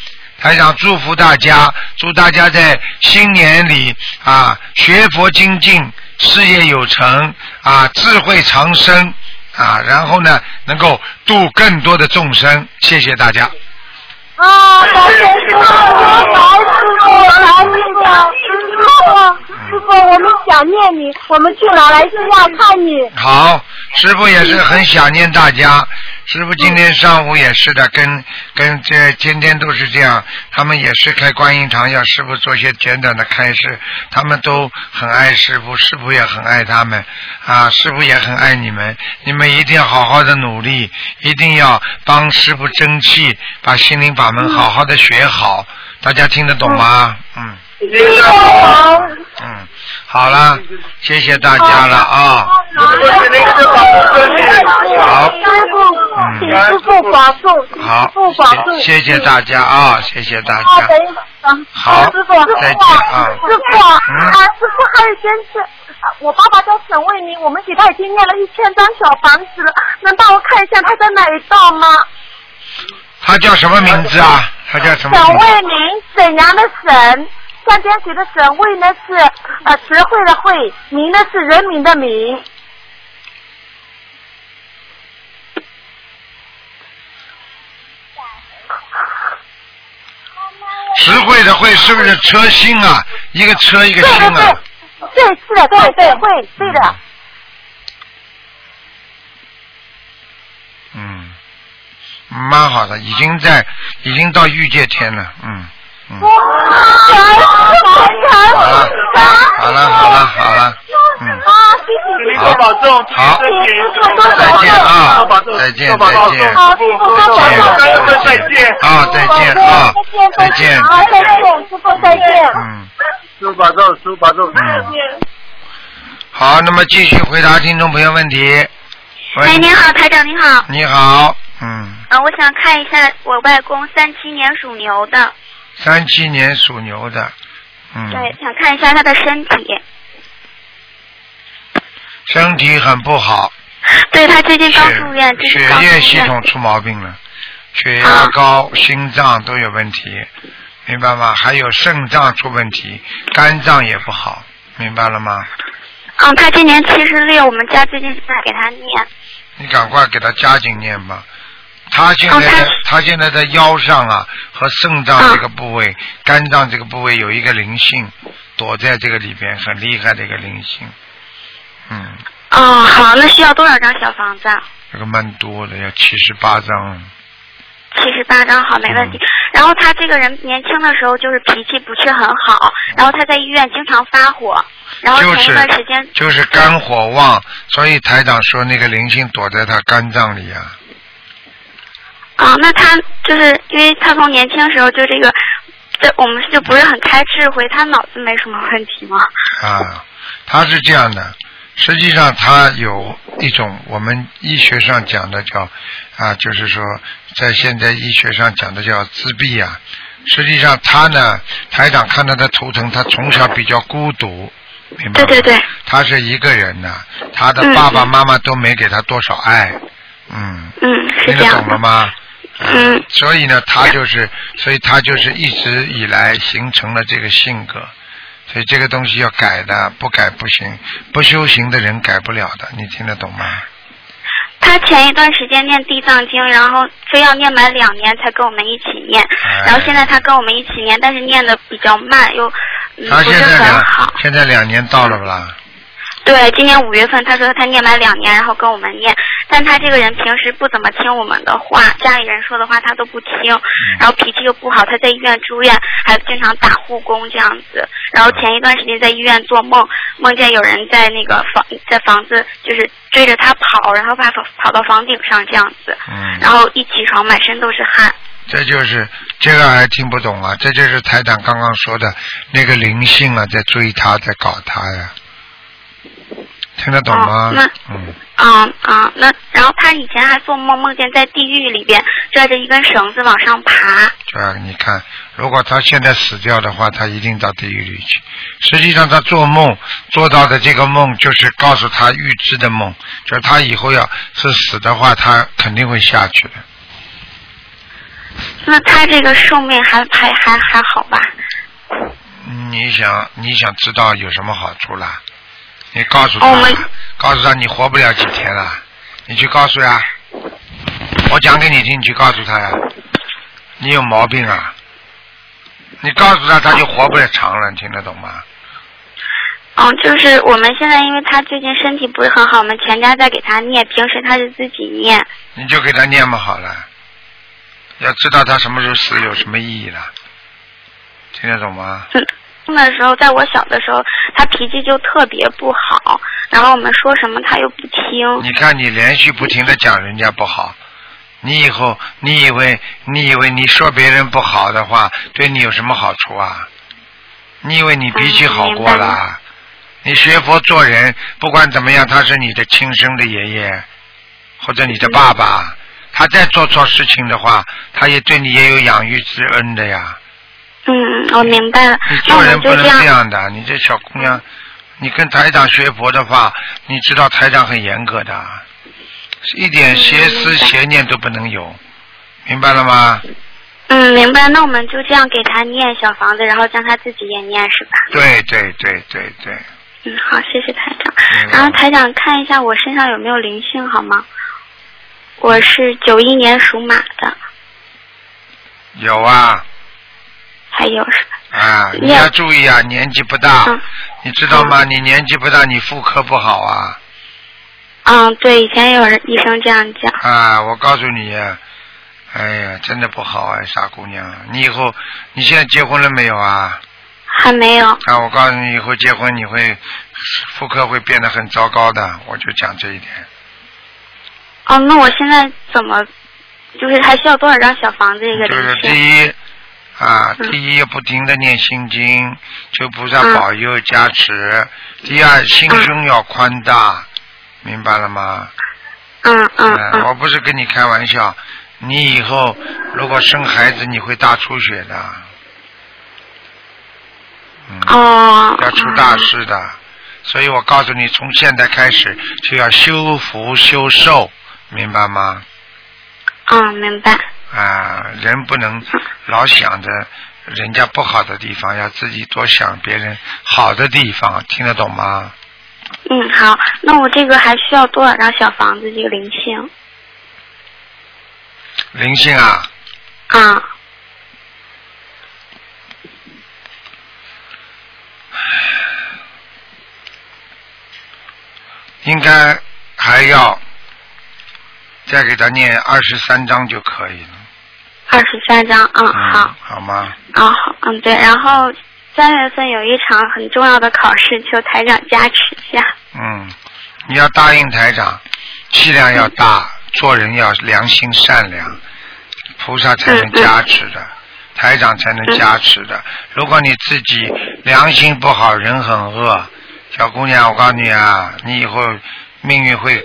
台长祝福大家，祝大家在新年里啊学佛精进，事业有成啊，智慧长生啊，然后呢能够度更多的众生。谢谢大家。
啊，感谢师傅，我来师傅，我来那个师傅，师傅，我们想念你，我们去马来西亚看你。
好，师傅也是很想念大家。师傅今天上午也是的，跟跟这天天都是这样，他们也是开观音堂，要师傅做些简短的开示，他们都很爱师傅，师傅也很爱他们，啊，师傅也很爱你们，你们一定要好好的努力，一定要帮师傅争气，把心灵法门好好的学好，大家听得懂吗？嗯嗯，好了，谢谢大家了
哦
啊。好
师傅，请师傅保重，请师
好
傅保重，，
谢谢大家啊，谢谢大
啊，
家。
等一等，
好
师傅，师
再
傅
见
啊，
啊
师傅啊
嗯，
啊师傅还有一件事，啊我爸爸在省为民，我们给他已经念了一千张小房子了，能帮我看一下他在哪一道吗？
他叫什么名字啊？他叫什么
省
名字？
为民，沈阳的省，山边水的省，为呢是呃学会的会，民呢是人民的民。
实惠的惠是不是车星啊？一个车一个
对
星
对
啊？
对，对是的，对对会，对的。
嗯，蛮好的，已经在已经到御界天了，嗯嗯。好了，好了，好了，好了，嗯，
啊，谢谢谢谢。
保重，
好
再
再见啊
多保重，
再见
多保重
再见
好，师
多
傅，
保重
见
多保重
再
再
见。
见，
啊，再见啊，再见，
好，再见，师傅，再见。
嗯。
师傅保重，师傅保重。
嗯，好，那么继续回答听众朋友问题。
哎，
喂，
您好，台长您好，
你好，嗯，
啊，我想看一下我外公三七年属牛的，
三七年属牛的，嗯，
对，想看一下他的身体，
身体很不好，
对他最近
血
刚住院，这是
血
刚住
液
院
系统出毛病了，血
啊
压高、心脏都有问题，明白吗？还有肾脏出问题，肝脏也不好，明白了吗？
嗯，他今年七十六，我们家最近在给他念，
你赶快给他加紧念吧。他现在
哦
在、
他
他现在在腰上啊和肾脏这个部
啊
位、肝脏这个部位有一个灵性躲在这个里边，很厉害的一个灵性。嗯，
哦，好，那需要多少张小房子？啊？
这个蛮多的，要七十八张。
七十八张，好，没问题。
嗯
然后他这个人年轻的时候就是脾气不是很好，然后他在医院经常发火，然后
就
前一
是
段时间
就是肝火旺，所以台长说那个灵性躲在他肝脏里啊。
啊、那他就是因为他从年轻时候就这个，这我们就不是很开智慧，他脑子没什么问题吗？
啊，他是这样的，实际上他有一种我们医学上讲的叫啊，就是说在现在医学上讲的叫自闭啊。实际上他呢，台长看到他头疼，他从小比较孤独，明白
对
吗？
对对，
他是一个人呐、他的
嗯
爸爸妈妈都没给他多少爱，嗯，
嗯，是
听
这
得
样
懂
的
了。吗？啊
嗯，
所以呢，他就是，所以他就是一直以来形成了这个性格，所以这个东西要改的，不改不行，不修行的人改不了的，你听得懂吗？
他前一段时间念地藏经，然后非要念满两年才跟我们一起念，
哎
然后现在他跟我们一起念，但是念的比较慢，又嗯
他
不
现
是
在
很好
两。现在两年到了不啦？
对，今年五月份他说他念满两年，然后跟我们念，但他这个人平时不怎么听我们的话，家里人说的话他都不听，然后脾气又不好，他在医院住院，还经常打护工这样子。然后前一段时间在医院做梦，梦见有人在那个房在房子就是追着他跑，然后把跑跑到房顶上这样子，
嗯，
然后一起床满身都是汗。
这就是这个还听不懂啊，这就是台长刚刚说的那个灵性啊，在追他，在搞他呀，听得懂吗
哦那？
嗯，
啊啊，那然后他以前还做梦，梦见在地狱里边拽着一根绳子往上爬。
对啊，你看，如果他现在死掉的话，他一定到地狱里去。实际上，他做梦做到的这个梦，就是告诉他预知的梦，就是他以后要是死的话，他肯定会下去的。
那他这个寿命还还还还好吧？
嗯你想，你想知道有什么好处啦？你告诉他，
哦我们
告诉他你活不了几天了，你去告诉呀。我讲给你听，你去告诉他呀。你有毛病啊！你告诉他，他就活不了长了，你听得懂吗？
嗯，就是我们现在因为他最近身体不是很好，我们全家在给他念，平时他是自己念。
你就给他念嘛好了。要知道他什么时候死有什么意义了，听得懂吗？
那时候，在我小的时候，他脾气就特别不好，然后我们说什么他又不听。
你看你连续不停的讲人家不好，你以后你以为你以为你说别人不好的话，对你有什么好处啊？你以为你脾气好过
嗯明
啦？你学佛做人，不管怎么样，他是你的亲生的爷爷或者你的爸
嗯
爸，他再做错事情的话，他也对你也有养育之恩的呀。
嗯，我明白了
你。
那
做
我
人
们
不
就
能这
这样。
样的，你这小姑娘，你跟台长学佛的话，你知道台长很严格的，一点邪思邪念都不能有，明白了吗？
嗯，明白。那我们就这样给他念小房子，然后让他自己也念，是吧？
对对对对对，
嗯，好，谢谢台长
没有。
然后台长看一下我身上有没有灵性好吗？我是九一年属马的，
有啊
还有是吧？
啊，你
念
要注意啊，年纪不大
嗯，
你知道吗？你年纪不大，你妇科不好啊
嗯，对，以前有人医生这样讲。
啊！我告诉你，哎呀，真的不好哎，傻姑娘，你以后你现在结婚了没有啊？
还没有，
啊，我告诉你，以后结婚你会妇科会变得很糟糕的，我就讲这一点。
哦，那我现在怎么，就是还需要多少张小房子这个
就是
灵性？
第一啊，
嗯
第一不停的念心经，求菩萨
嗯
保佑加持。第二，心
嗯
胸要宽大，明白了吗？
嗯嗯
嗯，
嗯，
我不是跟你开玩笑，你以后如果生孩子，你会大出血的。嗯。
哦，
要出大事的。所以我告诉你，从现在开始就要修福修寿，明白吗？
嗯，明白。
啊，人不能老想着人家不好的地方，要自己多想别人好的地方，听得懂吗？
嗯，好，那我这个还需要多少张小房子这个灵性？
灵性啊，
啊、
应应该还要再给他念二十三章就可以了。
二十三张，嗯，
嗯
好，，
好吗？
哦
啊、好，嗯，对，然后三月份有一场很重要的考试，求台长加持一下。
嗯，你要答应台长，气量要大，做人要良心善良，菩萨才能加持的，台长才能加持的。如果你自己良心不好，人很恶，小姑娘，我告诉你啊，你以后命运会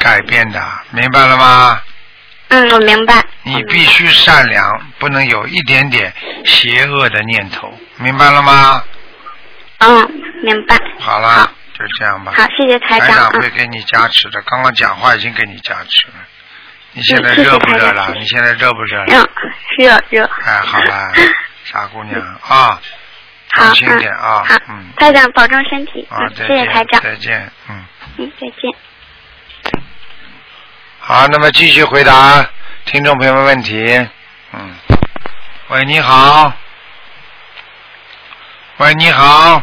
改变的，明白了吗？
嗯，我明白。
你必须善良，不能有一点点邪恶的念头，明白了吗？
嗯，明白。
好啦，就这样吧。
好，谢谢台
台
长。
会
嗯，
给你加持的，刚刚讲话已经给你加持了。你现在
嗯谢谢
热不热
台
了？
长
你现在热不热了？
嗯，热热。
哎，好 了，傻 姑娘啊，
好，
小心
嗯，
点啊
好，
嗯，
台长保重身体。
啊，
嗯，
再
谢谢台
见，
长。
再见，嗯。
嗯，再见。
好，那么继续回答听众朋友们问题。嗯，喂，你好。喂，你好。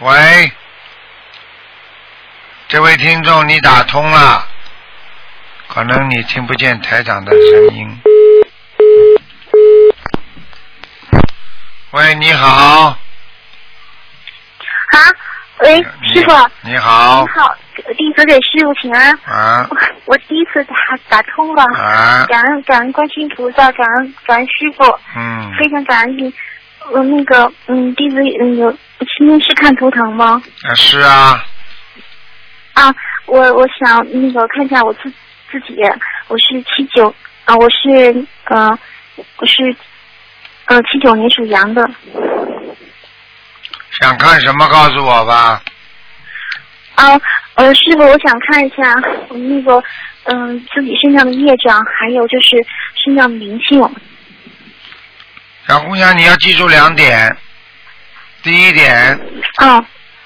喂，这位听众，你打通了，可能你听不见台长的声音。喂，你好。
啊，喂，
哎你
师傅，
你好
你。好，弟子给师傅请安。
啊
我我第一次打打通了，
啊，
感恩感恩观世音菩萨，感恩感恩师傅，
嗯，
非常感恩你。我那个嗯，弟子嗯有今天是看图腾吗？
啊是啊，
啊，我我想那个看一下我自自己，我是七九啊，我是呃我是呃七九年属羊的
想看什么告诉我吧。
啊，呃师傅，我想看一下我那个嗯、自己身上的业障，还有就是身上的灵性
小姑娘，你要记住两点。第一点，
啊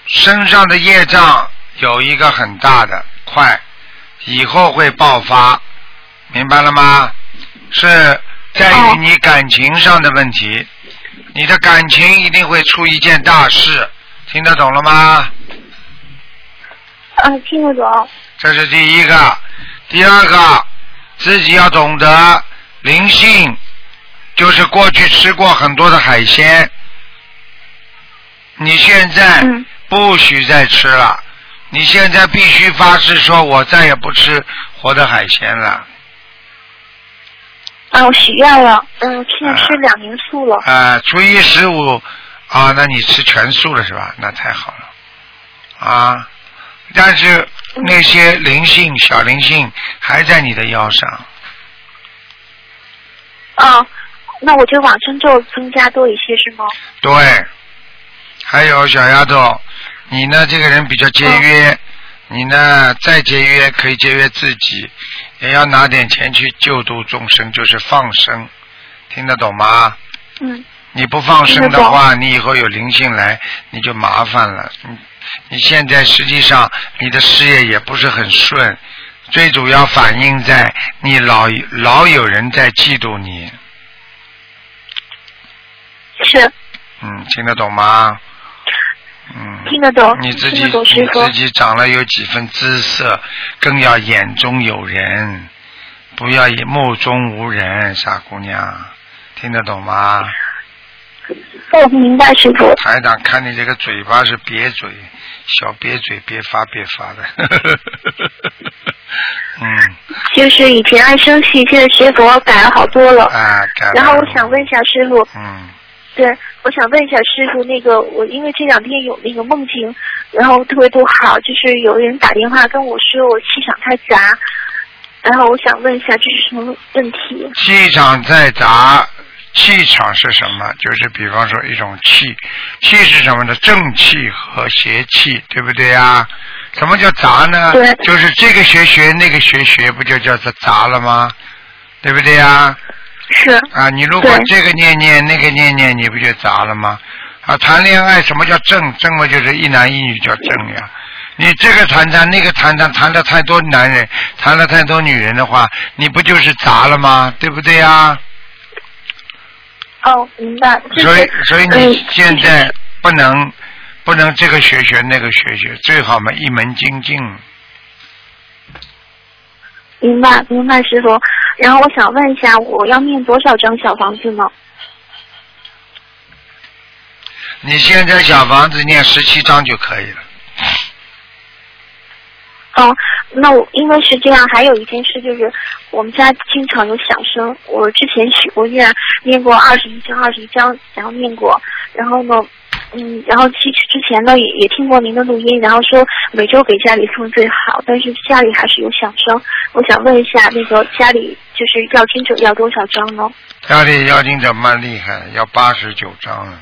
身上的业障有一个很大的块，以后会爆发，明白了吗？是在于
哦
你感情上的问题，你的感情一定会出一件大事，听得懂了吗？
啊，听得懂
这是第一个，第二个，自己要懂得灵性，就是过去吃过很多的海鲜，你现在
嗯
不许再吃了，你现在必须发誓说，我再也不吃活的海鲜了。
啊，我许愿了，嗯，现在吃
啊
两年素了
啊，初一十五啊，那你吃全素了是吧？那太好了啊！但是那些灵性、小灵性还在你的腰上。
啊，那我就往生咒增加多一些是吗？
对，还有小丫头，你呢这个人比较节约，
哦
你呢再节约可以节约自己，也要拿点钱去救度众生，就是放生，听得懂吗？
嗯。
你不放生
听得
的
懂
话，你以后有灵性来，你就麻烦了。你你现在实际上你的事业也不是很顺，最主要反映在你老老有人在嫉妒你，
是
嗯，听得懂吗？嗯，
听得懂，
你自己
听得懂师
你
傅。
自己长了有几分姿色，更要眼中有人，不要以目中无人，傻姑娘，听得懂吗？
我哦明白，师傅。
台长看你这个嘴巴是瘪嘴，小瘪嘴，别发别发的。 嗯，
就是以前爱生气，现在学佛改了好多了。
啊，改了
然后我想问一，下师傅，
嗯，
对，我想问一下师傅，那个我因为这两天有那个梦境，然后特别不好，就是有人打电话跟我说我气场太杂，然后我想问一下这是什么问题？
气场在杂，气场是什么？就是比方说一种气，气是什么呢？正气和邪气，对不对啊？什么叫杂呢？
对
就是这个学学，那个学学，不就叫做杂了吗？对不对呀？
是
啊，你如果
对
这个念念，那个念念，你不就杂了吗？啊，谈恋爱什么叫正？正嘛就是一男一女叫正呀。你这个谈谈，那个谈谈，谈了太多男人，谈了太多女人的话，你不就是杂了吗？对不对呀？
哦，明白。就是
所以，所以你
嗯
现在不能不能这个学学那个学学，最好嘛一门精进。
嗯明白，明白，师傅。然后我想问一下，我要念多少张小房子呢？
你现在小房子念十七章就可以了。
哦，那我因为是这样，还有一件事就是，我们家经常有响声。我之前许过愿，念过二十一章，二十一章，然后念过，然后呢，嗯，然后其实之前呢也也听过您的录音，然后说每周给家里送最好，但是家里还是有响声。我想问一下，那个家里就是要经者要多少张呢？
家里要经者蛮厉害，要八十九章了，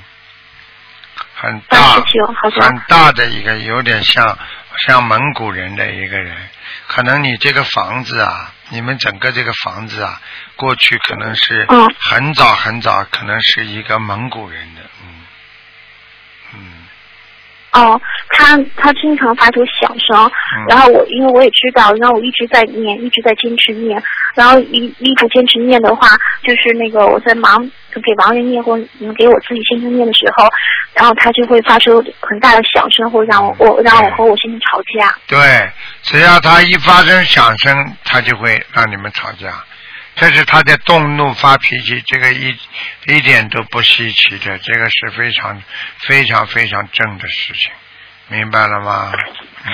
很
八
大
十九，好像
很大的一个，有点像像蒙古人的一个人。可能你这个房子啊，你们整个这个房子啊，过去可能是
嗯
很早很早，可能是一个蒙古人的，嗯嗯
哦，他他经常发出响声，
嗯。
然后我因为我也知道，然后我一直在念，一直在坚持念，然后一一直坚持念的话，就是那个我在忙给盲人念或嗯给我自己先生念的时候，然后他就会发出很大的响声，会让我我让我和我先生吵架。
对，只要他一发生响声，他就会让你们吵架。这是他在动怒发脾气，这个一一点都不稀奇的，这个是非常非常非常正的事情，明白了吗？嗯，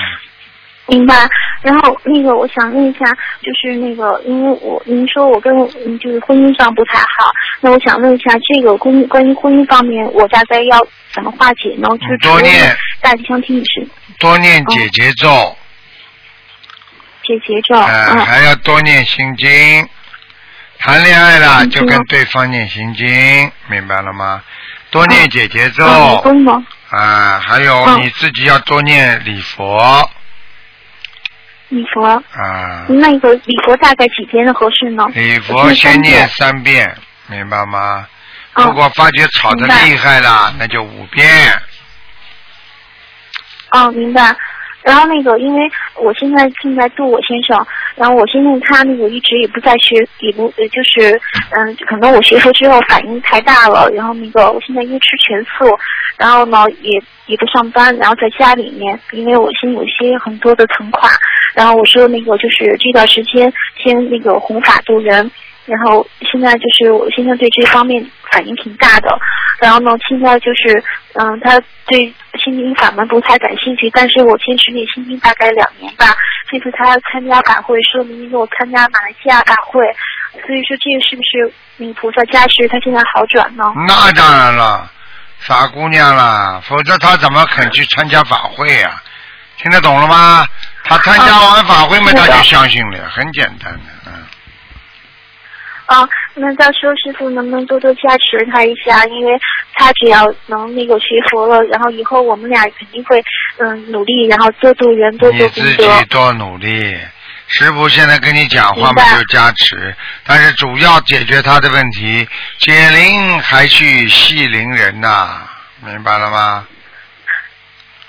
明白。然后那个我想问一下，就是那个因为我您说我跟我嗯就是婚姻上不太好，那我想问一下这个婚关于婚姻方面，我大概要怎么化解呢？就是除
多
了
念
大吉祥天女神
多念姐姐咒，
解结咒，
哎、
哦嗯。
还要多念心经。谈恋爱了
嗯
就跟对方念心经，明白了吗？多念姐姐咒
啊你疯吗？
啊，还有
嗯
你自己要多念礼佛
礼佛，
啊。
那个礼佛大概几天的合适呢？
礼佛先念三遍，明白吗？
嗯
如果发觉吵得
明白
厉害了，那就五遍。
哦，明白。然后那个，因为我现在正在度我先生，然后我先生他那个一直也不在学，也不呃就是嗯、可能我学佛之后反应太大了，然后那个我现在因为吃全素，然后呢也也不上班，然后在家里面，因为我心里有些很多的存款，然后我说那个就是这段时间先那个弘法度人，然后现在就是我先生对这方面反应挺大的，然后呢，现在就是，嗯，他对心灵法门不太感兴趣，但是我坚持练心经大概两年吧。这次他参加法会，说明给我参加马来西亚法会，所以说这个是不是嗯菩萨加持，他现在好转呢？
那当然了，傻姑娘啦，否则她怎么肯去参加法会呀、听得懂了吗？她参加完法会嘛，
嗯
她
是
就
的
相信了，很简单的，嗯。
啊，那到时候师傅能不能多多加持他一下？因为他只要能那个学佛了，然后以后我们俩肯定会嗯努力，然后多度人，多
你
做功
自己
德。
多努力。师傅现在跟你讲话嘛
明白
就加持，但是主要解决他的问题，解铃还须系铃人呐、明白了吗？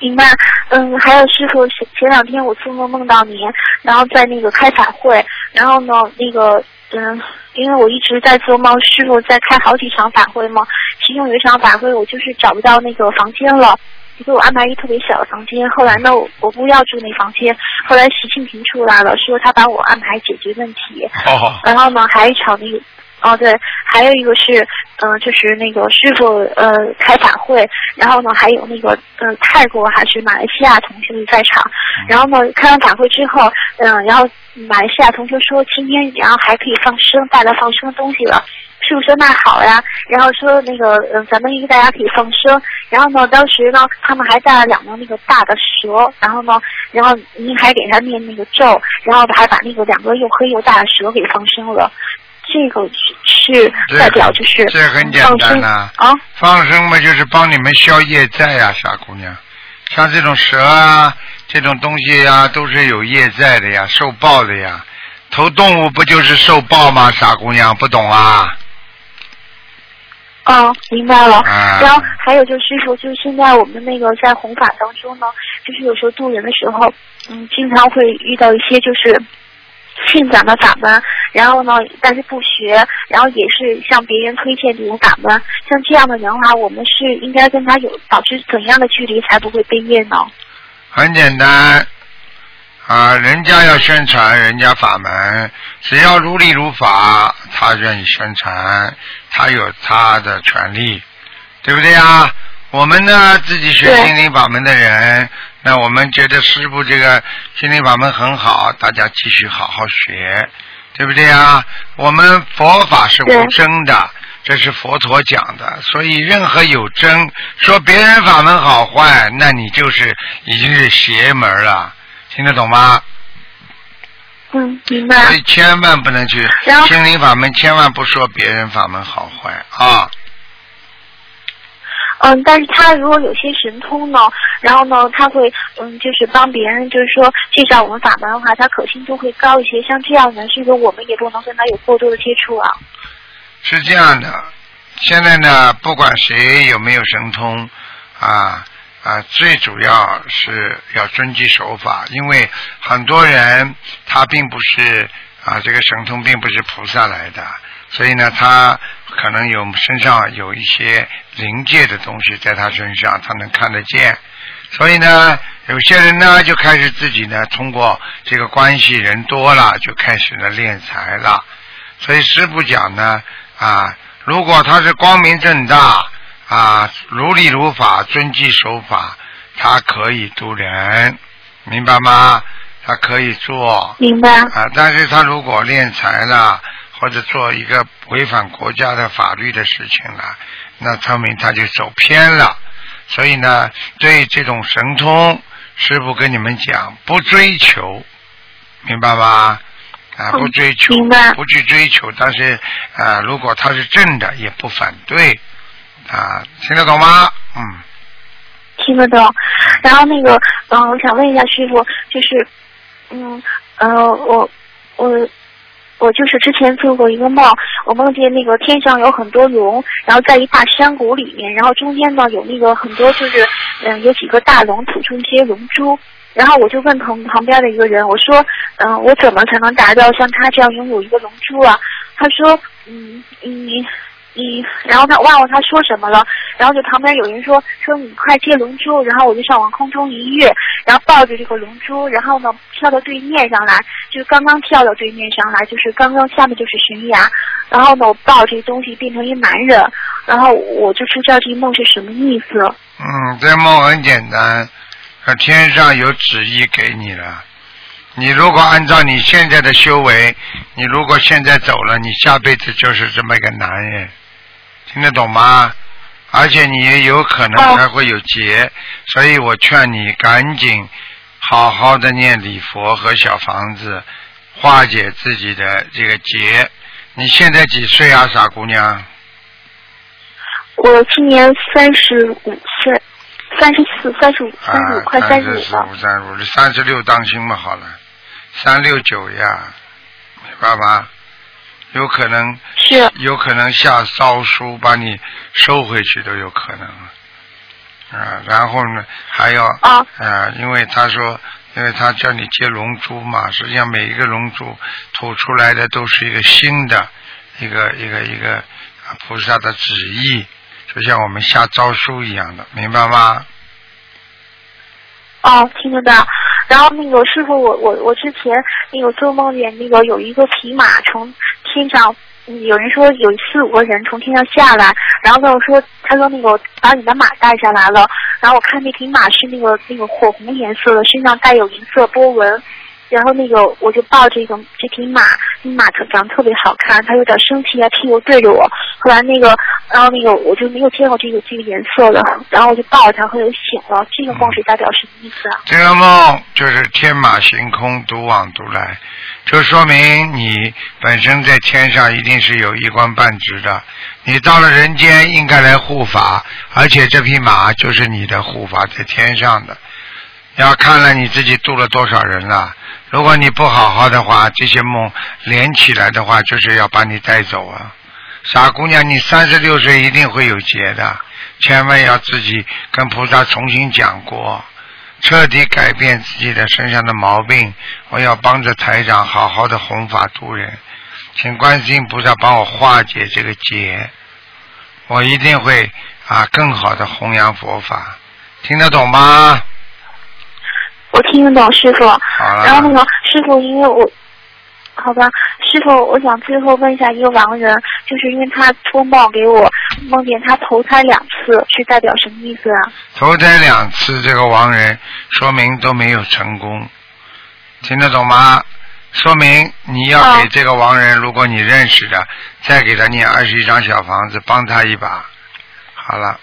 明白，嗯，还有师傅，前前两天我做梦梦到您，然后在那个开法会，然后呢，那个，嗯，因为我一直在做梦，师傅在开好几场法会嘛，其中有一场法会我就是找不到那个房间了，就给我安排一特别小的房间，后来呢，我我不要住那房间，后来习近平出来了，说他帮我安排解决问题，
哦，
然后呢，还有一场那个，哦对，还有一个是，嗯、就是那个师傅呃开法会，然后呢还有那个嗯、呃泰国还是马来西亚同学们在场，
嗯
然后呢开完法会之后，嗯、然后马来西亚同学说今天然后还可以放生，大家放生的东西了。师傅说那好呀，然后说那个，嗯、咱们一个大家可以放生，然后呢，当时呢，他们还带了两条那个大的蛇，然后呢，然后您还给他念那个咒，然后还把那个两个又黑又大的蛇给放生了，这个是
这
是代表就是
这很简
放
单
生
呐
啊，
放生嘛就是帮你们消业债呀、傻姑娘。像这种蛇啊，这种东西呀、都是有业债的呀，受报的呀。投动物不就是受报吗？傻姑娘不懂啊。
哦，明白了。
啊
然后还有就是说，就是现在我们那个在弘法当中呢，就是有时候渡人的时候，嗯，经常会遇到一些就是。信咱们法门，然后呢，但是不学，然后也是向别人推卸责感嘛。像这样的人的话，我们是应该跟他有保持怎样的距离，才不会被业呢？
很简单啊，人家要宣传人家法门，只要如理如法，他愿意宣传，他有他的权利，对不对啊？我们呢，自己学
对
心灵法门的人，那我们觉得师傅这个心灵法门很好，大家继续好好学，对不对啊？我们佛法是无
对
争的，这是佛陀讲的，所以任何有争，说别人法门好坏，那你就是已经是邪门了，听得懂吗？
嗯，明白。
所以千万不能去
然后
心灵法门，千万不说别人法门好坏啊！
嗯，但是他如果有些神通呢，然后呢，他会嗯，就是帮别人，就是说介绍我们法门的话，他可信度会高一些。像这样的，是不是我们也不能跟他有过多的接触啊？
是这样的，现在呢，不管谁有没有神通，啊啊，最主要是要遵纪守法，因为很多人他并不是啊，这个神通并不是菩萨来的，所以呢，他可能有身上有一些灵界的东西在他身上，他能看得见。所以呢，有些人呢就开始自己呢通过这个关系人多了，就开始呢敛财了。所以师傅讲呢，啊，如果他是光明正大啊，如理如法，遵纪守法，他可以度人，明白吗？他可以做
明白。
啊，但是他如果敛财了，或者做一个违反国家的法律的事情了，那说明他就走偏了。所以呢，对这种神通，师傅跟你们讲，不追求，明白吧？啊，
嗯
不追求，
明白
不去追求，但是啊、如果他是正的，也不反对，啊，听得懂吗？嗯，
听得懂。然后那个，嗯、我想问一下师傅，就是，嗯，呃，我我我就是之前做过一个梦，我梦见那个天上有很多龙，然后在一大山谷里面，然后中间呢有那个很多就是，嗯、有几个大龙吐出一些龙珠。然后我就问旁旁边的一个人，我说，嗯、我怎么才能达到像他这样拥有一个龙珠啊？他说，嗯，你你，然后他忘了他说什么了，然后就旁边有人说说你快接龙珠，然后我就上往空中一跃，然后抱着这个龙珠，然后呢跳到对面上来，就是刚刚跳到对面上来，就是刚刚下面就是悬崖，然后呢我抱这东西变成一男人，然后我就不知道这一梦是什么意思。
嗯，这梦很简单，呃天上有旨意给你了。你如果按照你现在的修为，你如果现在走了，你下辈子就是这么一个男人，听得懂吗？而且你也有可能
哦
还会有劫，所以我劝你赶紧好好的念礼佛和小房子，化解自己的这个劫。你现在几岁啊，傻姑娘？
我今年三十五岁，三十四、三十五、三十五快
啊，
三
三
十
十四
五了。
五三五三十六当心嘛，好了，三六九呀，明白吗？有可能，
是
有可能下诏书把你收回去都有可能啊。然后呢，还要
啊
啊，因为他说，因为他叫你接龙珠嘛，实际上每一个龙珠吐出来的都是一个新的，一个一个一个啊菩萨的旨意，就像我们下诏书一样的，明白吗？
哦，听得到。然后那个师傅，我我我之前那个做梦见那个有一个骑马从天上，嗯有人说有四五个人从天上下来，然后跟我说，他说那个把你的马带下来了，然后我看那匹马是那个那个火红颜色的，身上带有银色波纹。然后那个我就抱这个这匹马，那马特长得特别好看，它有点生气，还屁股对着我。后来那个，然后那个我就没有见过这个这个颜色的，然后我就抱着它，后来就醒了。这个梦是代表什么意思啊？
这个梦就是天马行空、独往独来，就说明你本身在天上一定是有一官半职的。你到了人间应该来护法，而且这匹马就是你的护法，在天上的。要看了你自己度了多少人了。如果你不好好的话，这些梦连起来的话，就是要把你带走啊。傻姑娘，你三十六岁一定会有劫的，千万要自己跟菩萨重新讲过。彻底改变自己的身上的毛病。我要帮着台长好好的弘法度人。请观世音菩萨帮我化解这个结，我一定会啊更好的弘扬佛法，听得懂吗？
我听得懂师傅。
好了，
然后那个师傅，因为我，好吧，师傅，我想最后问一下一个亡人，就是因为他托梦给我，梦见他投胎两次，是代表什么意思啊？
投胎两次，这个亡人说明都没有成功，听得懂吗？说明你要给
哦
这个亡人，如果你认识的，再给他念二十一张小房子，帮他一把。好了，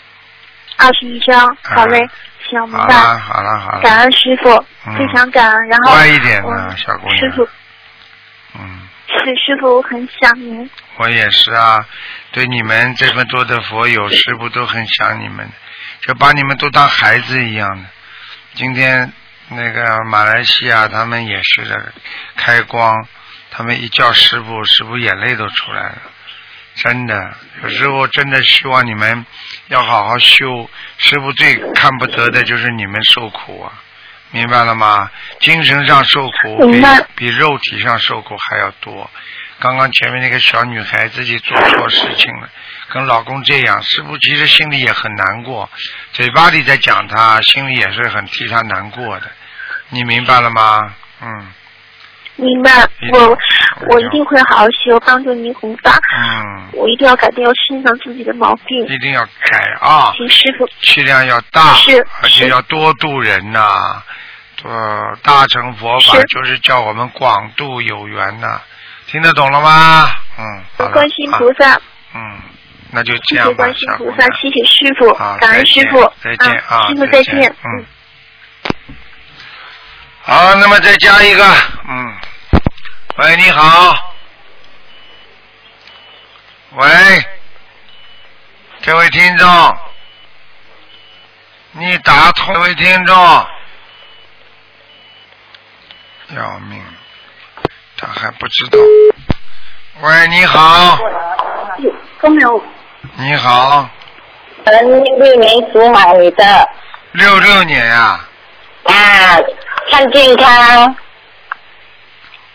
二十一章，好嘞，行，
哎
明
好
白。
了，好了，好
感
了，
恩师傅，非常感恩。然后
乖一点呢，
嗯
小姑
师傅
娘。嗯，
是师傅，我很想您。
我也是啊，对你们这么多的佛友师傅都很想你们的，就把你们都当孩子一样的。今天那个马来西亚他们也是的，开光，他们一叫师傅，师傅眼泪都出来了。真的，有时候真的希望你们要好好修。师傅最看不得的就是你们受苦啊，明白了吗？精神上受苦比
明白
比肉体上受苦还要多。刚刚前面那个小女孩自己做错事情了，跟老公这样，师傅其实心里也很难过，嘴巴里在讲她，心里也是很替她难过的。你明白了吗？嗯
明白，
一定
我
我
我一定会好好修，帮助您弘法。
嗯，
我一定要改掉身上自己的毛病，
一定要改啊。
请师傅
气量要大
是，
而且
是
要多度人呐、呃，大乘佛法
是
就是叫我们广度有缘呐、听得懂了吗？嗯，好了
观世音菩
啊，
萨，
嗯，那就这
谢
样
谢
吧，
观世音
小
菩
姑
萨
娘，
谢谢师傅
好，，
感恩
啊再
师
见
傅，
再见啊，
师傅再见，
嗯。好，那么再加一个，嗯，喂，你好，喂，这位听众，你打通，这位听众，要命，他还不知道。喂，你好，
都没有。
你好，
嗯，六年属马的
六六年呀、
啊，看健康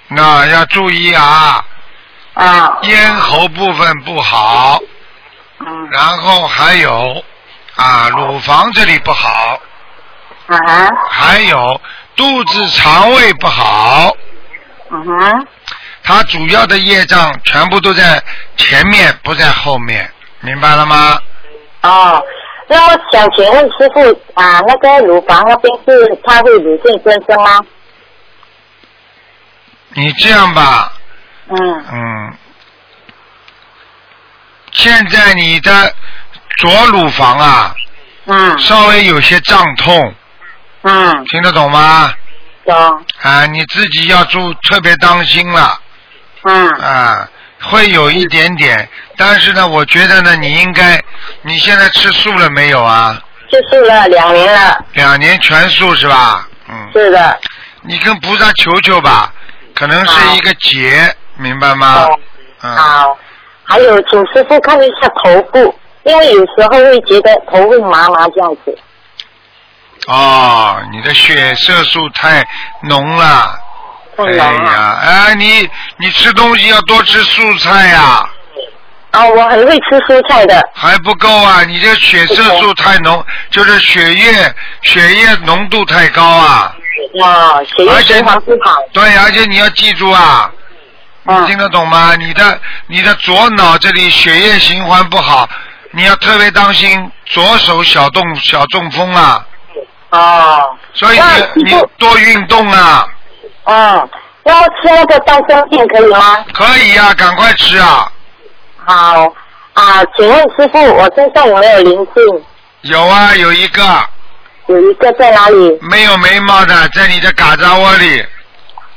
那要注意啊，
啊，
咽喉部分不好，
嗯
然后还有啊乳房这里不好，
啊哈，
还有肚子肠胃不好，
嗯哼，
它主要的业障全部都在前面，不在后面，明白了吗？
哦，那我想请问师傅啊，那个乳房那边是它会乳腺增生吗？
你这样吧，
嗯
嗯，现在你的左乳房啊
嗯
稍微有些胀痛，
嗯，
听得懂吗？
懂，
啊，你自己要注特别当心了
嗯
啊，会有一点点，但是呢，我觉得呢，你应该，你现在吃素了没有啊？
吃素了两年了，
两年全素是吧？嗯，
是的，
你跟菩萨求求吧，可能是一个劫，明白吗？
懂，
嗯，
好，还有请师傅看一下头部，因为有时候会觉得头会麻麻这样子，
哦，你的血色素太浓了，
会
哎
麻啊。
呀，哎，你你吃东西要多吃素菜呀、
啊，我很会吃蔬菜的。
还不够啊！你这血色素太浓，就是血液血液浓度太高啊！
哇，哦血液循环不好。
对，而且你要记住啊，你听
嗯
得懂吗？你的你的左脑这里血液循环不好，你要特别当心左手小中小中风啊！
哦，
所以
那
你
师
你
傅
多运动啊，
嗯，那么吃那个丹参片可以吗？
可以啊，赶快吃啊！
好啊，请问师傅，我身上有没有灵性？
有啊，有一个
有一个在哪里？
没有眉毛的，在你的嘎扎窝里。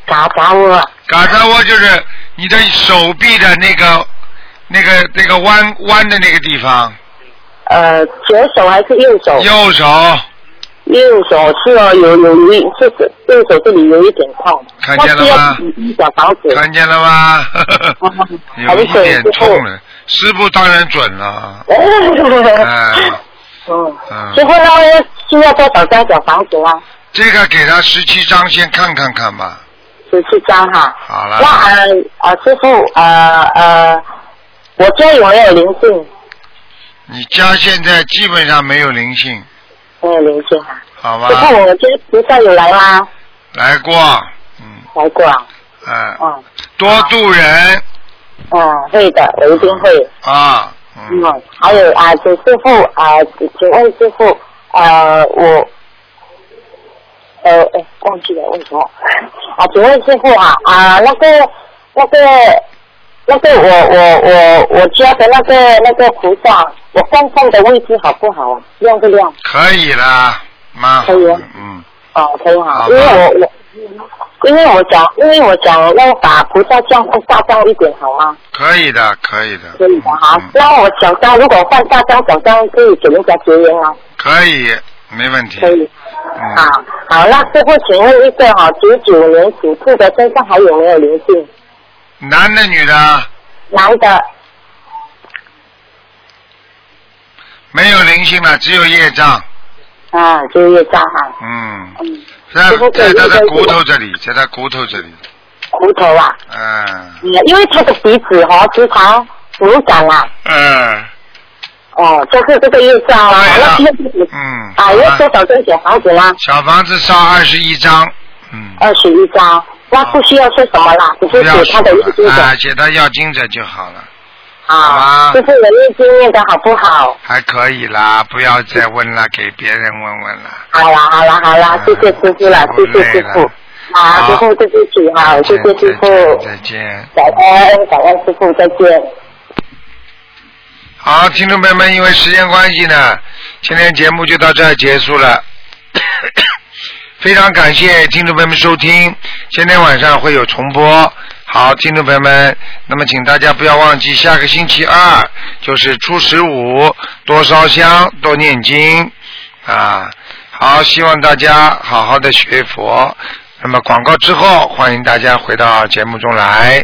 嘎嘎窝。
嘎扎窝就是你的手臂的那个、那个、那个弯弯的那个地方，
呃，左手还是右手？
右手
右手是哦，有有一是是右手这里有一点痛。
看见了吗
那需要几小房子。
看见了吗？
嗯
有一点痛了，师傅当然准了。 哎、
嗯，
嗯
哦师傅，那么需要多少张小房子啊？
这个给他十七张先看看看吧，
十师去教哈。
好
那
了，
呃呃，师傅呃呃，我家有没有灵性？
你家现在基本上没有灵性，
没有灵性啊。
好吧
我？看我这菩萨有来吗？
来过，嗯，
来过啊。
哎，
嗯
多度人
嗯，会的，我一定会。
啊，
嗯
嗯，，
还有啊，请师傅啊，请请问师傅啊，我呃哎忘记了问什么啊？请问师傅啊啊那个那个那个我我我我家的那个那个菩萨，我供奉的位置好不好啊？亮不亮？
可以啦，蛮好
可以
的
啊，
嗯，
哦，可以哈
好，
因为
吧
我我因为我想因为我想要把菩萨像放大张一点好吗？
可以的，可以的，
可以的哈
嗯。嗯
那我小张如果换大张，小张可以给人家结缘啊，
可以，没问题，
可以。好
嗯，，
好，那师傅请问一个哈，九九年属兔的身上还有没有灵性？
男的女的
男的
没有灵性了，只有业障，
啊，就业障哈，
嗯，
嗯，
在
师傅可
在
以
他的
再
骨
给
头
我
这里，在他骨头这里，
骨头啊，
嗯
嗯，因为他的鼻子哈、时常流长啊，
嗯
哦，就是这个业障啊，
对啊
那现在
嗯，
啊，要
好
多
了
少张小房子啦？
小房子烧二十一张，嗯，
二十一张，那不需要说什么啦，只
不
是
要
写他的业
数
经
了，
者
啊，写他要经者就好了。好
啊
吧，
就是我业经念的好不好？
还可以啦，不要再问了，给别人问问了。嗯
好啦好啦好啊啦，谢谢师傅啦，谢谢师傅。好，师傅对不起哈，谢谢师傅，
再见。
感恩感恩师傅，再见。
好，听众朋友们，因为时间关系呢，今天节目就到这儿结束了。 非常感谢听众朋友们收听，今天晚上会有重播。好，听众朋友们，那么请大家不要忘记，下个星期二就是初十五，多烧香，多念经啊。好，希望大家好好的学佛。那么广告之后，欢迎大家回到节目中来。